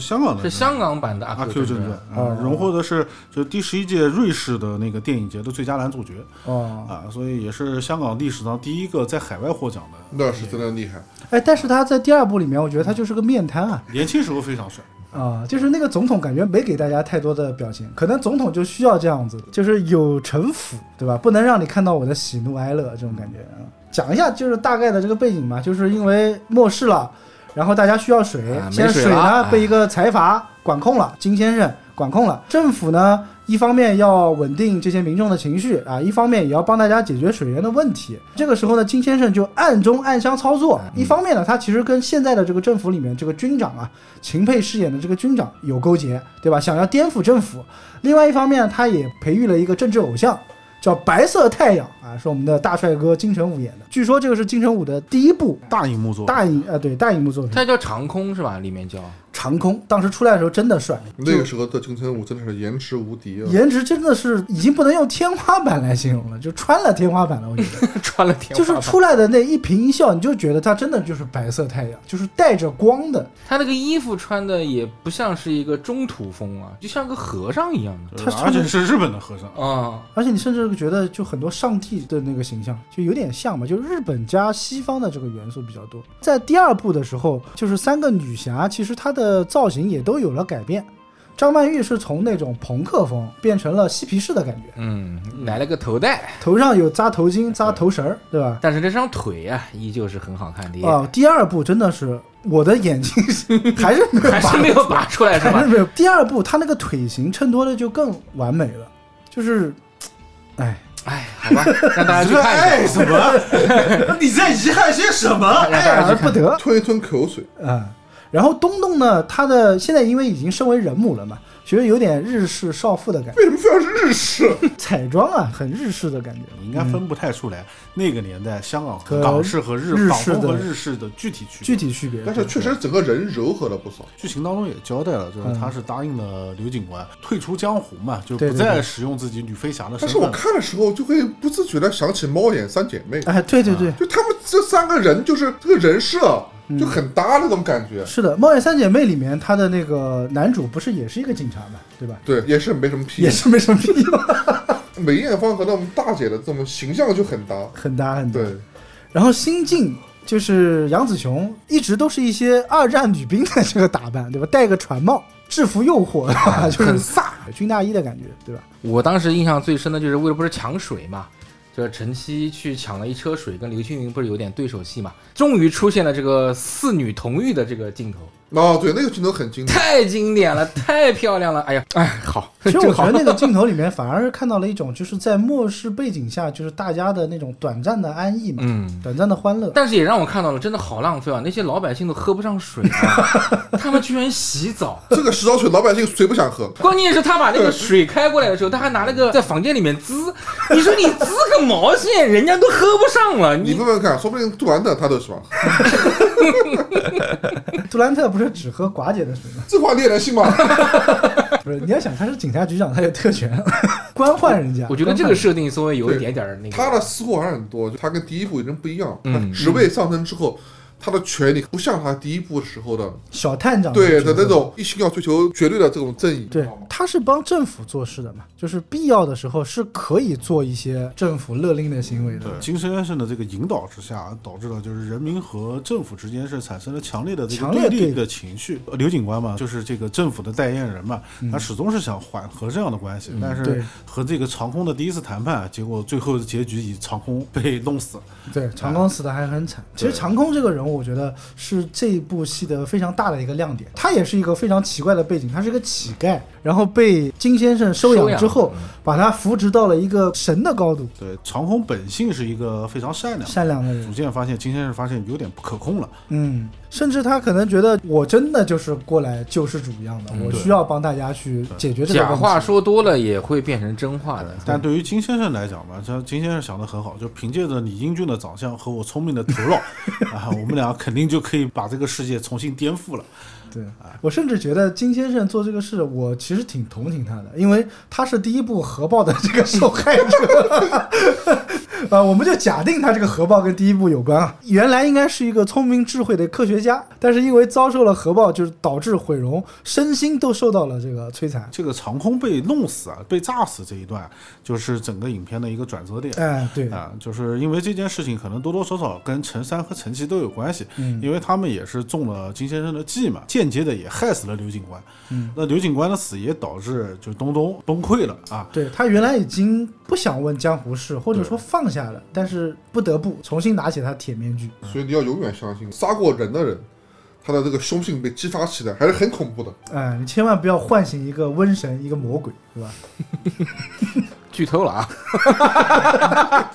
香港的是香港版的阿阿 Q 正正传传。》哦啊，荣获的是就第十一届瑞士的那个电影节的最佳男主角哦，啊，所以也是香港历史上第一个在海外获奖的。那是真的厉害。哎，但是他在第二部里面，我觉得他就是个面瘫啊。年轻时候非常帅，啊，就是那个总统感觉没给大家太多的表情，可能总统就需要这样子，就是有城府，对吧？不能让你看到我的喜怒哀乐这种感觉啊。讲一下就是大概的这个背景吧，就是因为末世了，然后大家需要水，啊没现在水水呢、了被一个财阀管控了，金先生管控了，政府呢一方面要稳定这些民众的情绪啊，一方面也要帮大家解决水源的问题。这个时候呢，金先生就暗中暗箱操作。一方面呢，他其实跟现在的这个政府里面这个军长啊，秦沛饰演的这个军长有勾结，对吧？想要颠覆政府。另外一方面，他也培育了一个政治偶像，叫白色太阳啊，是我们的大帅哥金城武演的。据说这个是金城武的第一部大荧幕做大荧呃对大荧幕作品《它叫长空是吧？<laughs> 里面叫长空》，当时出来的时候真的帅，那个时候的金城武真的是颜值无敌啊！颜值真的是已经不能用天花板来形容了，就穿 <laughs> 了天花板了。我觉得，穿了天就花是板，出来的那一颦一笑，你就觉得他真的就是白色太阳，就是带着光的。他那个衣服穿的也不像是一个中土风啊，就像个和尚一样的对他穿而且的是日本的和尚，啊、而且你甚至觉得，就很多上帝的那个形象就有点像嘛，就日本加西方的这个元素比较多。在第二部的时候，就是三个女侠，其实她的造型也都有了改变。张曼玉是从那种朋克风变成了嬉皮士的感觉，嗯，来了个头带，头上有扎头巾、扎头绳儿，对吧？但是这双腿啊，依旧是很好看的，啊、第二部真的是我的眼睛是还是没有 <laughs> 还拔是没有拔出来是 <laughs> 还是吧？没有。第二部他那个腿型衬托的就更完美了，就是，哎，哎，好吧，让大家去看一爱下。什么？ <laughs> 你在遗憾些什么？让大爱家而去看不得啊、吞一吞口水，然后东东呢，他的现在因为已经身为人母了嘛，其实有点日式少妇的感为什么非要是日式？觉， <laughs> 彩妆啊，很日式的感觉。你应该分不太出来那个年代香港和和港式和日日港式风的和日式的具体区别。具体区别，但是确实整个人柔和了不嗯少。剧情当中也交代了，就是他是答应了刘警官退出江湖嘛，就对不对再对使用自己女飞侠的身但是我份。看的时候就会不自觉的想起猫眼三姐妹，哎，对对对，就他们这三个人就是这个人设嗯就很搭那种感觉。是的，《猫眼三姐妹》里面她的那个男主不是也是一个警察嘛，对吧？对，也是没什么屁也用。是没什么必要，梅艳芳和那种大姐的这种形象就很搭。 <laughs> 很搭很搭。对，然后新晋就是杨紫琼，一直都是一些二战女兵的这个打扮，对吧？戴个船帽，制服诱惑， <laughs> 就是飒军大衣的感觉，对吧？我当时印象最深的就是为了不是抢水嘛，就是陈曦去抢了一车水，跟刘青云不是有点对手戏嘛，终于出现了这个四女同浴的这个镜头，哦，对，那个镜头很经典。太经典了， <laughs> 太漂亮了，哎呀，哎，好，嗯其实真我觉 <laughs> 好得那个镜头里面反而是看到了一种就是在末世背景下，就是大家的那种短暂的安逸嘛，嗯。短暂的欢乐。但是也让我看到了，真的好浪费啊！那些老百姓都喝不上水、啊， <laughs> 他们居然洗澡。这个石烧水老百姓谁不想喝？关键是他把那个水开过来的时候，他还拿了个 <laughs> 在房间里面滋。你说你滋个毛线，人家都喝不上了。你你问问看，说不定杜兰特他都喜欢喝。杜兰特不是只喝寡姐的水吗？这话你也能信吗？ <laughs> 不是，你要想他是警察局长，他有特权， <laughs> 官宦人家。我觉得官这宦个人设定稍微有一点点儿那个。他的私货还是很多，就他跟第一部已经不一样。嗯他职位上升之后，他的权利不像他第一部时候的，小探长对啊的的那种一心要追求绝对的这种正义。对，他是帮政府做事的嘛，就是必要的时候是可以做一些政府勒令的行为的。金先生的这个引导之下，导致了就是人民和政府之间是产生了强烈的这强个烈对对立立的情绪。呃刘警官嘛，就是这个政府的代言人嘛，他始终是想缓和这样的关系，但嗯对是和这个长空的第一次谈判，结果最后的结局以长空被弄死了。对，长空死的还很惨。其实长空这个人物，我觉得是这一部戏的非常大的一个亮点。他也是一个非常奇怪的背景，他是个乞丐，然后被金先生收收养养之后嗯，把他扶植到了一个神的高度，对，长空本性是一个非常善良的人，善良的人逐。渐发现金先生发现有点不可控了。嗯，甚至他可能觉得我真的就是过来救世主一样的，我需要帮大家去解决这个问嗯假题。话说多了也会变成真话的。但对于金先生来讲嘛，这金先生想的很好，就凭借着你英俊的长相和我聪明的头脑，啊，我们俩肯定就可以把这个世界重新颠覆了。对我甚至觉得金先生做这个事，我其实挺同情他的，因为他是第一部核爆的这个受害者。 <laughs> 啊，我们就假定他这个核爆跟第一部有关啊。原来应该是一个聪明智慧的科学家，但是因为遭受了核爆，就是导致毁容，身心都受到了这个摧残。这个长空被弄死啊，被炸死这一段，就是整个影片的一个转折点。哎，对，啊，就是因为这件事情，可能多多少少跟陈三和陈琦都有关系，嗯因为他们也是中了金先生的计嘛，间接的也害死了刘警官。嗯，那刘警官的死也导致就东东崩溃了啊，对他原来已经不想问江湖事，或者说放下了，但是不得不重新拿起他铁面具。所以你要永远相信，杀过人的人，他的这个凶性被激发起来，还是很恐怖的。哎，你千万不要唤醒一个瘟神，一个魔鬼，对吧？剧透了啊！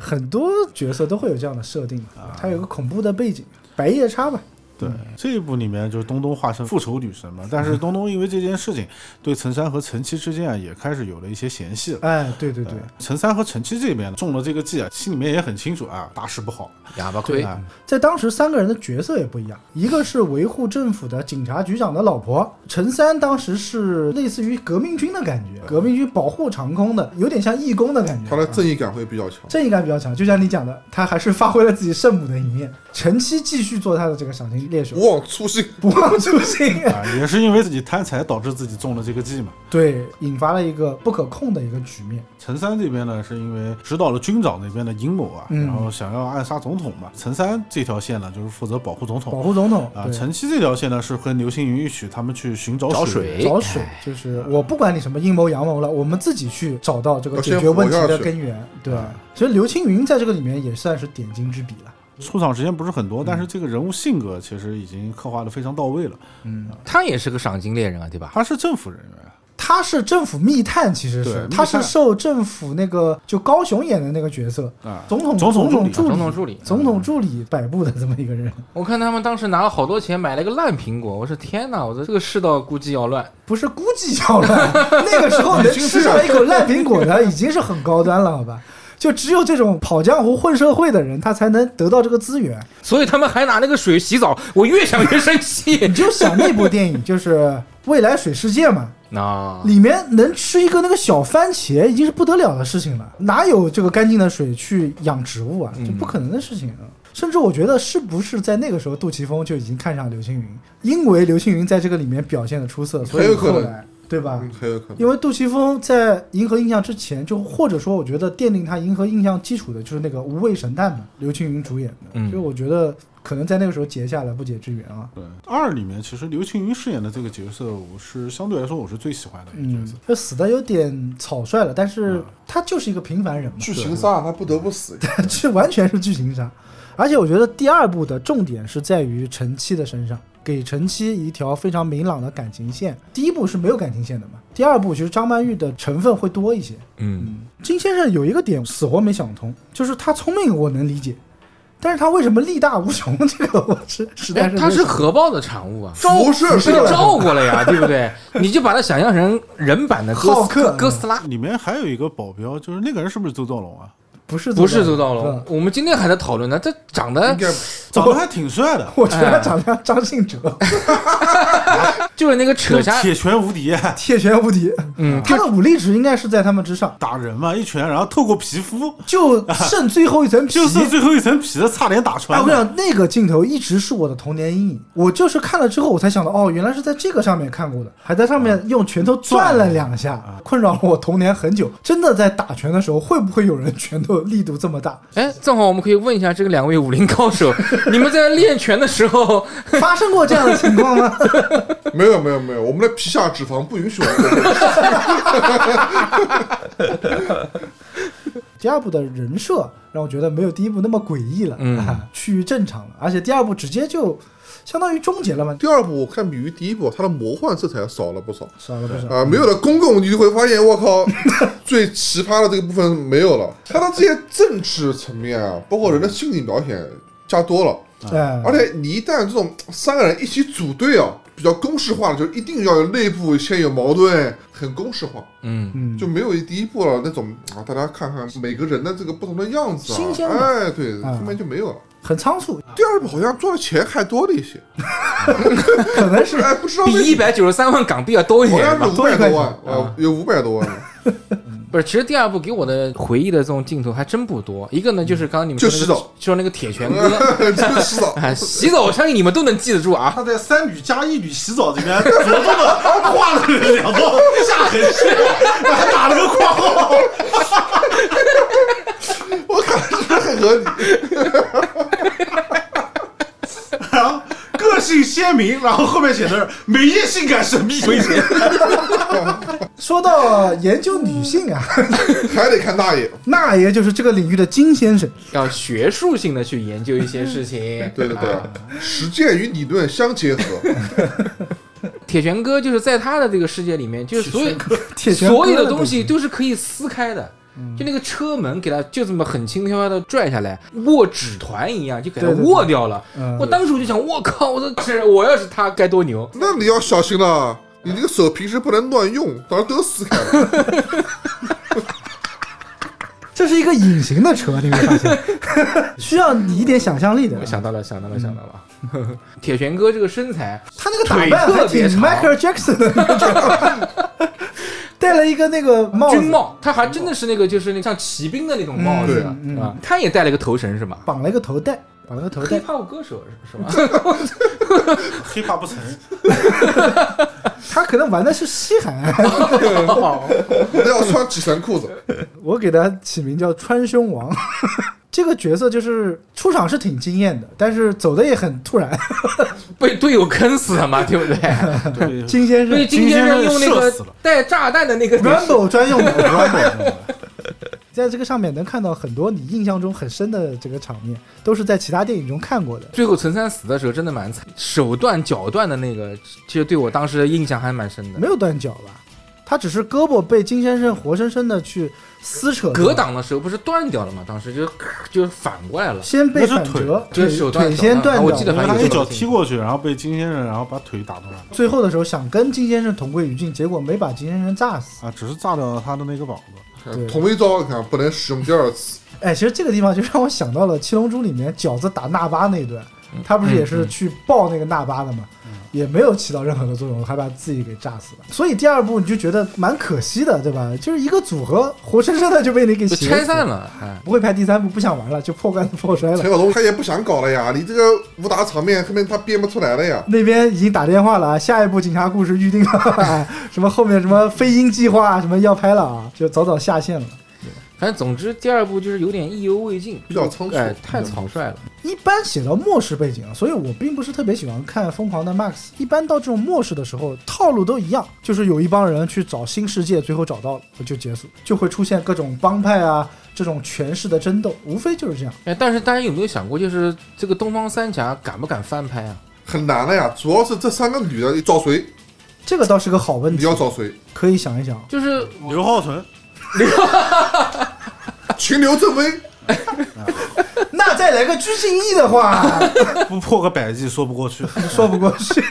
很多角色都会有这样的设定，啊它有个恐怖的背景，白夜叉吧。对，这一部里面就是东东化身复仇女神嘛，但是东东因为这件事情，对陈山和陈七之间啊也开始有了一些嫌隙了。哎，对对对，陈三和陈七这边中了这个计啊，心里面也很清楚啊，大事不好。哑巴亏啊在当时三个人的角色也不一样，一个是维护政府的警察局长的老婆，陈三当时是类似于革命军的感觉，革命军保护长空的，有点像义工的感觉。他的正义感会比较强。正义感比较强，就像你讲的，他还是发挥了自己圣母的一面。陈七继续做他的这个赏金猎手不，忘初心，不忘初心。 <laughs> 啊，也是因为自己贪财导致自己中了这个计嘛。对，引发了一个不可控的一个局面。陈三这边呢，是因为指导了军长那边的阴谋啊，嗯然后想要暗杀总统嘛。陈三这条线呢，就是负责保护总保统护总统啊。对陈七这条线呢，是跟刘星云一起他们去寻找找水水找水，就是我不管你什么阴谋阳谋了，我们自己去找到这个解决问题的根源。对，嗯其实刘青云在这个里面也算是点睛之笔了。出场时间不是很嗯多，但是这个人物性格其实已经刻画的非常到位了。嗯他也是个赏金猎人啊，对吧？他是政府人员，他是政府密探，其实对是密探他是受政府那个就高雄演的那个角色啊，总统总统总助统助理理总统助理总统助理摆布的这么一个人，我看他们当时拿了好多钱买了个烂苹果，我说天哪，我的这个世道估计要乱。不是估计要 <laughs> 烂，那个时候能吃上一口烂苹果的已经是很高端了，好吧？就只有这种跑江湖混社会的人，他才能得到这个资源。所以他们还拿那个水洗澡，我越想越生你气。 <laughs> 就想那部电影就是《未来水世界》嘛，啊那里面能吃一个那个小番茄已经是不得了的事情了，哪有这个干净的水去养植物啊？嗯这不可能的事情啊！甚至我觉得是不是在那个时候，杜琪峰就已经看上刘青云，因为刘青云在这个里面表现的出色，所以很有可后能来对吧？嗯，很有可能。因为杜琪峰在《银河印象》之前，就或者说，我觉得奠定他《银河印象》基础的就是那个《无畏神探》嘛，刘青云主演的，嗯就是我觉得可能在那个时候结下了不解之缘啊。对二里面其实刘青云饰演的这个角色，我是相对来说我是最喜欢的一个角嗯色。，就死的有点草率了，但嗯是他就是一个平凡人嘛，剧情杀他不得不死， <laughs> 这完全是剧情杀。而且我觉得第二部的重点是在于陈七的身上，给陈七一条非常明朗的感情线。第一部是没有感情线的嘛，第二部其实张曼玉的成分会多一些。嗯，金先生有一个点死活没想通，就是他聪明我能理解，但是他为什么力大无穷？ <laughs> 这个我是实在哎是没它是想核爆的产物啊，辐射被射了，照过了呀，对不对？你就把它想象成人版的哥浩斯克哥斯拉，里面还有一个保镖，就是那个人是不是周兆龙啊？不是不是周道道龙。我们今天还在讨论呢，这长得应该长哦得还挺帅的，我觉得他哎长得像张信哲，就是那个扯下铁拳无敌，啊铁拳无敌。嗯他的武力值应该是在他们之上，打人嘛，一拳然后透过皮肤，就剩最后一层皮。就剩最后一层皮了，差点打哎，穿我跟你了。讲，那个镜头一直是我的童年阴影。我就是看了之后，我才想到，哦，原来是在这个上面看过的，还在上面用拳头转了两下，困扰了我童年很久。真的在打拳的时候，会不会有人拳头力度这么大？哎，正好我们可以问一下这个两位武林高手，你们在练拳的时候，发生过这样的情况吗？ <laughs> <laughs> 没有没有没有，我们的皮下脂肪不允许我们做这个。第二部的人设让我觉得没有第一部那么诡异了，啊趋于正常了，而且第二部直接就相当于终结了嘛， <laughs> 第二部我看比于第一部，它的魔幻色彩少了不少少了不少。啊、没有了公共，你就会发现，我靠， <laughs> 最奇葩的这个部分没有了。它的这些政治层面啊，包括人的心理描写加多了，哎，而且你一旦这种三个人一起组队啊，比较公式化的，就是一定要有内部先有矛盾，很公式化，嗯，嗯就，没有第一部了那种啊，大家看看每个人的这个不同的样子啊，新鲜感哎，对，啊后面就没有了。很仓促，第二部好像赚的钱还多了一些，可能是哎，不知道为比一什么，百九十三万港币要多一好点像吧是五多一百块多万，啊，有五百多万了，不是，其实第二部给我的回忆的这种镜头还真不多。一个呢，就是刚刚你们说就那洗个澡说那个铁拳哥， <laughs> 真是的。哎，洗澡，我相信你们都能记得住啊。他在三女加一女洗澡这边着重的画了两道下横线，还打了个括号。我靠，这很合理。然后个性鲜明，然后后面写的是美艳性感神秘鬼子。说到研究女性啊， <laughs> 还得看大爷。。那爷就是这个领域的金先生。要学术性的去研究一些事情对对啊对，实践与理论相结合，铁拳哥就是在他的这个世界里面，就是所有铁拳哥所有的东东西，都是可以撕开的。嗯就那个车门给他就这么很轻飘的拽下来，握纸团一样就给他对对对握掉了。嗯我当时我就想，我靠，我的是我要是他该多牛！那你要小心了。你这个手平时不能乱用，到时候都撕开了。这是一个隐形的车，你没发现？ <laughs> 需要你一点想象力的我。想到了，想到嗯了，想到了。铁拳哥这个身材，他那个打扮还腿特挺别长 Michael Jackson 的那种，戴了一个那个帽军子，帽，他还真的是那个就是那像骑兵的那种帽子嗯对啊。他也戴了个头绳是吧？绑了一个头带，绑了个头带。 hiphop 歌手是吧？黑怕不成，他可能玩的是西海，那要穿几层裤子， <laughs> 我给他起名叫川胸王。 <laughs> 这个角色就是出场是挺惊艳的，但是走的也很突然。 <laughs> 被队友坑死了嘛，对不 <laughs> 对？对，金先生被金先生用那射个死了带炸弹的那个 Rambo 专用的 Rambo，在这个上面能看到很多你印象中很深的这个场面，都是在其他电影中看过的。最后陈三死的时候真的蛮惨，手段脚断的那个，其实对我当时的印象还蛮深的没。有断脚吧？他只是胳膊被金先生活生生的去撕扯，格，挡的时候不是断掉了吗？当时就咔就反过来了，先被那是反腿折，就腿是手断腿脚先了断啊掉。我记 <laughs> 得他反正一 <laughs> 脚踢过去，然后被金先生，然后把腿打断了。最后的时候想跟金先生同归于尽，结果没把金先生炸死。啊，只是炸掉了他的那个膀子，对同一招，你看不能使用第二次。哎，其实这个地方就让我想到了《七龙珠》里面饺子打纳巴那一段，嗯他不是也是去爆那个纳巴的嘛，也没有起到任何的作用，还把自己给炸死了。所以第二部你就觉得蛮可惜的，对吧？就是一个组合活生生的就被你给就写拆散了。了。哎，不会拍第三部，不想玩了，就破罐子破摔了陈。晓东他也不想搞了呀，你这个武打场面后面他编不出来了呀。那边已经打电话了啊，下一部警察故事预定了啊，什么后面什么飞鹰计划啊什么要拍了啊，就早早下线了。反正总之第二部就是有点意犹未尽，比较仓促哎，太草率了。一般写到末世背景啊，所以我并不是特别喜欢看《疯狂的 Max》。一般到这种末世的时候，套路都一样，就是有一帮人去找新世界，最后找到了就结束，就会出现各种帮派啊，这种权势的争斗，无非就是这样。哎，但是大家有没有想过，就是这个东方三侠敢不敢翻拍啊？很难了呀，主要是这三个女的找谁？这个倒是个好问你题要，找谁？ <laughs> 可以想一想。就是刘浩存秦刘正威，那再来个鞠婧祎的话， <laughs> 不破个百计说不 <laughs> 过去。说不过去。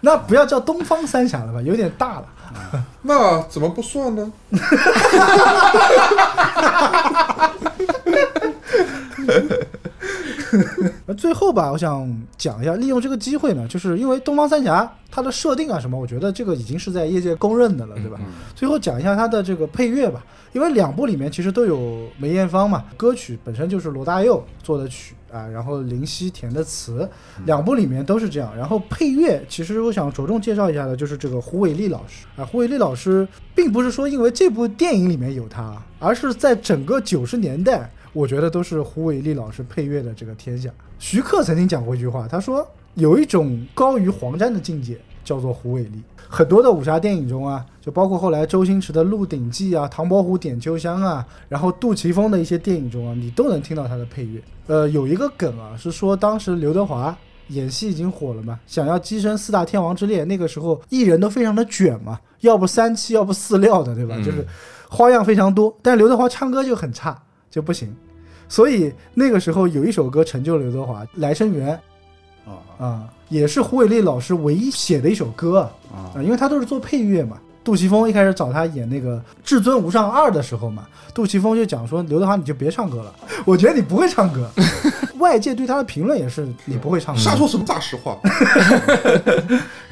那不要叫东方三峡了吧，有点大了。那怎么不算呢？那最后吧，我想讲一下，利用这个机会呢，就是因为东方三峡它的设定啊什么，我觉得这个已经是在业界公认的了，对吧？最后讲一下它的这个配乐吧，因为两部里面其实都有梅艳芳嘛，歌曲本身就是罗大佑做的曲啊，然后林夕填的词，两部里面都是这样。然后配乐，其实我想着重介绍一下的就是这个胡伟立老师啊，胡伟立老师并不是说因为这部电影里面有他，而是在整个九十年代。我觉得都是胡伟立老师配乐的这个天下。徐克曾经讲过一句话，他说有一种高于黄沾的境界，叫做胡伟立。很多的武侠电影中啊，就包括后来周星驰的《鹿鼎记》啊，唐伯虎点秋香啊，然后杜琪峰的一些电影中啊，你都能听到他的配乐。呃，有一个梗啊，是说当时刘德华演戏已经火了嘛，想要跻身四大天王之列，那个时候艺人都非常的卷嘛，要不三七，要不四料的，对吧？就是花样非常多。但刘德华唱歌就很差，就不行。所以那个时候有一首歌成就了刘德华，《来生缘》啊啊、也是胡伟立老师唯一写的一首歌啊、啊啊，因为他都是做配乐嘛。杜琪峰一开始找他演那个《至尊无上二》的时候嘛，杜琪峰就讲说刘德华你就别唱歌了，我觉得你不会唱歌。 <laughs> 外界对他的评论也是你不会唱歌， <laughs> 瞎说什么大实话？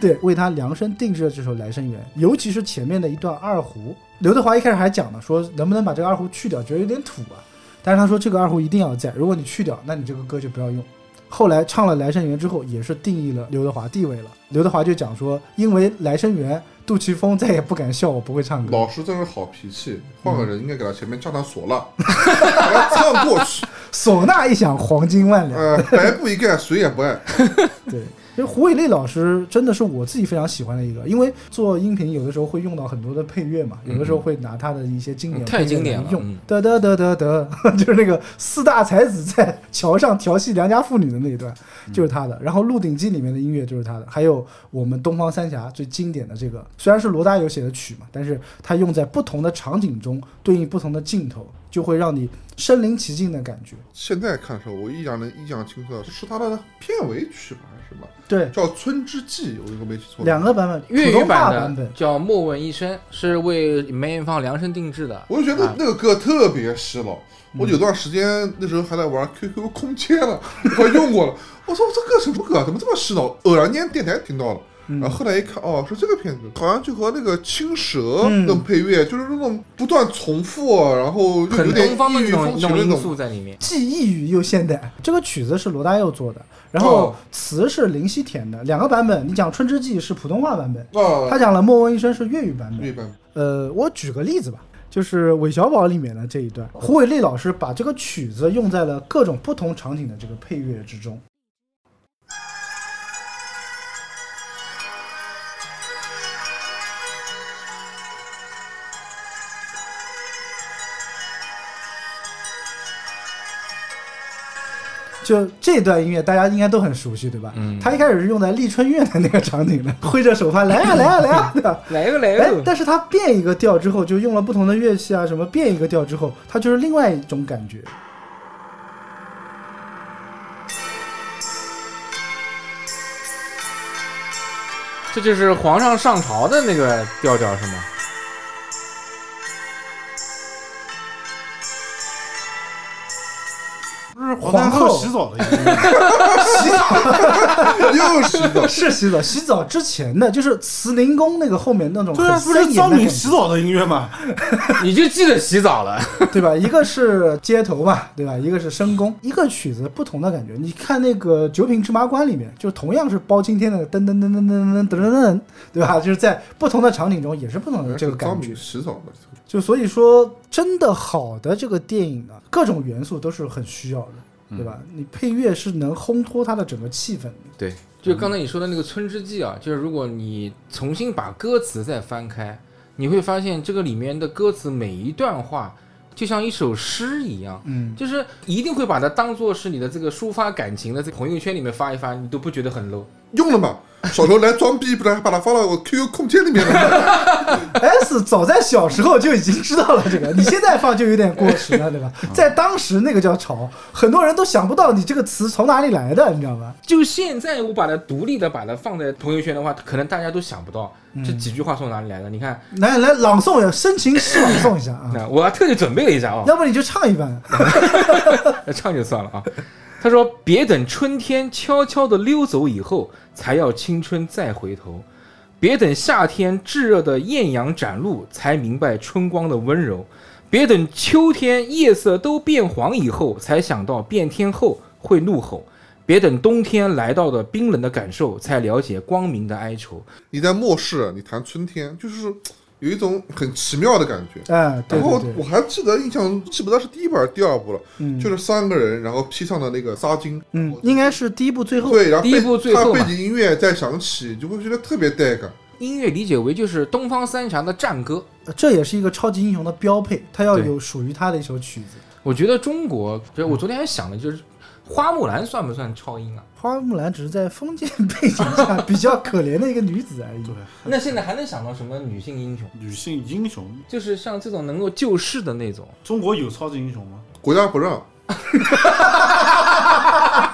对，为他量身定制了这首《来生缘》，尤其是前面的一段二胡，刘德华一开始还讲呢，说能不能把这个二胡去掉，觉得有点土啊。但是他说这个二胡一定要在，如果你去掉，那你这个歌就不要用。后来唱了《来生缘》之后，也是定义了刘德华地位了。刘德华就讲说，因为《来生缘》，杜琪峰再也不敢笑我不会唱哦歌，老师真是好脾气，换个人应该给他前面加点唢呐，把他唱过去。 <laughs> 唢呐一响，黄金万两。呃，白布一盖，谁也不爱。对，因为胡伟立老师真的是我自己非常喜欢的一个，因为做音频有的时候会用到很多的配乐嘛，有的时候会拿他的一些经典嗯配乐太经典来了用嗯，得得得得得， <laughs> 就是那个四大才子在桥上调戏良家妇女的那一段，嗯就是他的。然后《鹿鼎记》里面的音乐就是他的，还有我们东方三峡最经典的这个，虽然是罗大佑写的曲嘛，但是他用在不同的场景中，对应不同的镜头，就会让你身临其境的感觉。现在看的时候，我印象能印象清楚的是他的片尾曲吧，还是什么？对，叫《村之记》，我如果没记错。两个版本，粤普语通话版版的本。叫《莫问医生》，是为梅艳芳量身定制的。我就觉得啊嗯那个歌特别洗脑。我有段时间那时候还在玩 QQ 空间呢，我用过了。 <laughs> 我说这歌什么歌啊？怎么这么洗脑？偶然间电台听到了。嗯然后后来一看，哦，是这个片子，好像就和那个《青蛇》嗯那种配乐，就是那种不断重复，啊然后又有很点东方的异那域种风那情种那因种。素在里面，既异域又现代。这个曲子是罗大佑做的，然后哦词是林夕填的，两个版本。你讲《春之祭》是普通话版本，他啊，讲了《莫问一生》是粤语版对本。吧？呃，我举个例子吧。就是韦小宝里面的这一段，胡伟立老师把这个曲子用在了各种不同场景的这个配乐之中。就这段音乐，大家应该都很熟悉，对吧？嗯他一开始是用在立春院的那个场景的，挥着手帕来呀、啊来呀、来呀、对吧？来个来哎，个，但是它变一个调之后，就用了不同的乐器啊，什么变一个调之后，它就是另外一种感 <laughs> 觉。这就是皇上上朝的那个调调是吗？不是皇后洗澡的音乐，洗澡又是一 <laughs> 个。是洗澡，洗澡之前的就是慈宁宫那个后面那种对啊，很不森是严的张感敏觉 <laughs> 洗，澡的音乐吗？ <laughs> 你就记得洗澡了，对吧？一个是街头吧，对吧？一个是深宫，一个曲子不同的感觉。你看那个《九品芝麻官》里面，就同样是包青天的噔噔噔噔噔噔噔噔噔，对吧？就是在不同的场景中也是不同的这个感张觉敏。洗澡的，就所以说，真的好的这个电影啊，各种元素都是很需要嗯的，对吧？你配乐是能烘托它的整个气氛的。 <laughs> 对，就刚才你说的那个《春之祭》啊，就是如果你重新把歌词再翻开，你会发现这个里面的歌词每一段话就像一首诗一样，嗯，就是一定会把它当做是你的这个抒发感情的，在朋友圈里面发一发，你都不觉得很 low。用了嘛？小时候来装逼，不然还把它放到我 QQ 空间里面了。 S 早在小时候就已经知道了这个，你现在放就有点过时了，对吧？嗯在当时那个叫潮，很多人都想不到你这个词从哪里来的，你知道吗？就现在我把它独立的把它放在朋友圈的话，可能大家都想不到这几句话从哪里来的。你看，来来，朗诵一下，深情细朗诵一下啊，嗯那我还特地准备了一下啊、要不你就唱一半。那唱就算了啊。他说：“别等春天悄悄地溜走以后，才要青春再回头；别等夏天炙热的艳阳展露，才明白春光的温柔；别等秋天夜色都变黄以后，才想到变天后会怒吼；别等冬天来到的冰冷的感受，才了解光明的哀愁。你在末世，你谈春天，就是有一种很奇妙的感觉。哎，对然后对对我，还记得印象记不得是第一本还是第二部了，嗯就是三个人，然后披上的那个纱巾，嗯，应该是第一部最后，对，然后第一背部最后他嘛背景音乐再响起，就会觉得特别带感。音乐理解为就是东方三峡的战歌。这也是一个超级英雄的标配，他要对有属于他的一首曲子。我觉得中国，就是我昨天还想了，就是花木兰算不算超英啊？花木兰只是在封建 <laughs> 背景 <laughs> 下比较可怜的一个女子而已。那现在还能想到什么女性英雄？女性英雄，就是像这种能够救世的那种，中国有超级英雄吗？国家不让，啊 <laughs>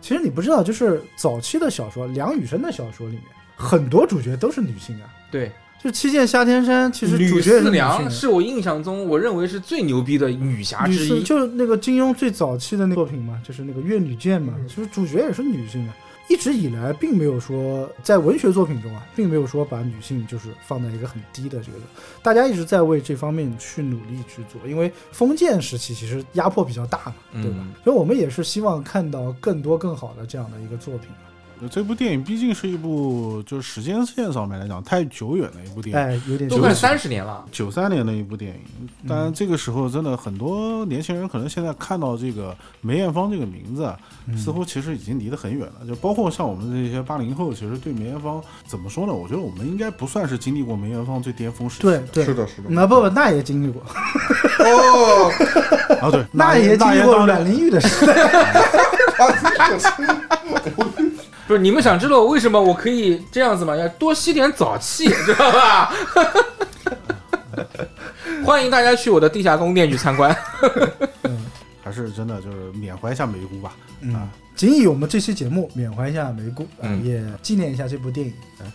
其实你不知道，就是早期的小说，梁羽生的小说里面，很多主角都是女性啊。对，就《七剑下天山》，其实吕主角也是四女性娘啊。是我印象中我认为是最牛逼的女侠女之性一。就是那个金庸最早期的那个作品嘛，就是那个《越女剑》嗯嘛，就是主角也是女性啊。一直以来，并没有说在文学作品中啊，并没有说把女性就是放在一个很低的这个，大家一直在为这方面去努力去做，因为封建时期其实压迫比较大嘛，对吧？嗯所以我们也是希望看到更多更好的这样的一个作品嘛。这部电影毕竟是一部就是时间线上面来讲太久远的一部电影，哎，有点都像快三十年了，九三年的一部电影，嗯但这个时候真的很多年轻人可能现在看到这个梅艳芳这个名字啊，嗯似乎其实已经离得很远了。就包括像我们这些八零后，其实对梅艳芳怎么说呢？我觉得我们应该不算是经历过梅艳芳最巅峰时期。对对，是的是的那不不，那也经历过，哦，啊，对， <laughs> 那也经历过阮玲玉的时代。不是你们想知道我为什么我可以这样子吗？要多吸点早气， <laughs> 知道吧？欢迎大家去我的地下宫殿去参 <laughs> 观。还是真的就是缅怀一下梅姑吧。嗯啊，谨以我们这期节目缅怀一下梅姑，啊嗯也纪念一下这部电影。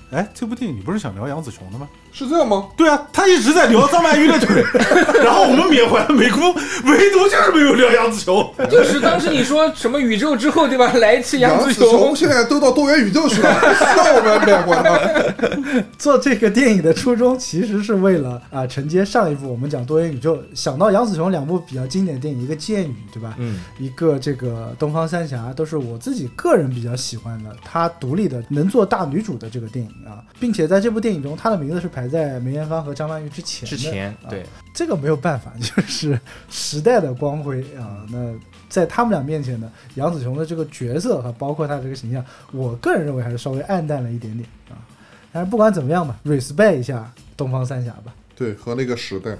哎，这部电影你不是想聊杨紫琼的吗？是这样吗？对啊，他一直在聊张曼玉的腿， <laughs> 然后我们缅怀梅姑，唯独就是没有聊杨紫琼。就是当时你说什么宇宙之后，对吧？来一期杨紫紫琼琼，现在都到多元宇宙去了， <laughs> 那我们还买过吗？做这个电影的初衷其实是为了啊、承接上一部我们讲多元宇宙，想到杨紫琼两部比较经典的电影，一个《剑雨》，对吧？嗯，一个这个《东方三侠》都是我自己个人比较喜欢的，她独立的能做大女主的这个电影啊，并且在这部电影中，她的名字是排在梅艳芳和张曼玉之前的。之前啊对，这个没有办法，就是时代的光辉嗯啊。那在他们俩面前呢，杨紫琼的这个角色和包括她这个形象，我个人认为还是稍微暗淡了一点点啊。但是不管怎么样吧，respect 一下东方三峡吧。对，和那个时代，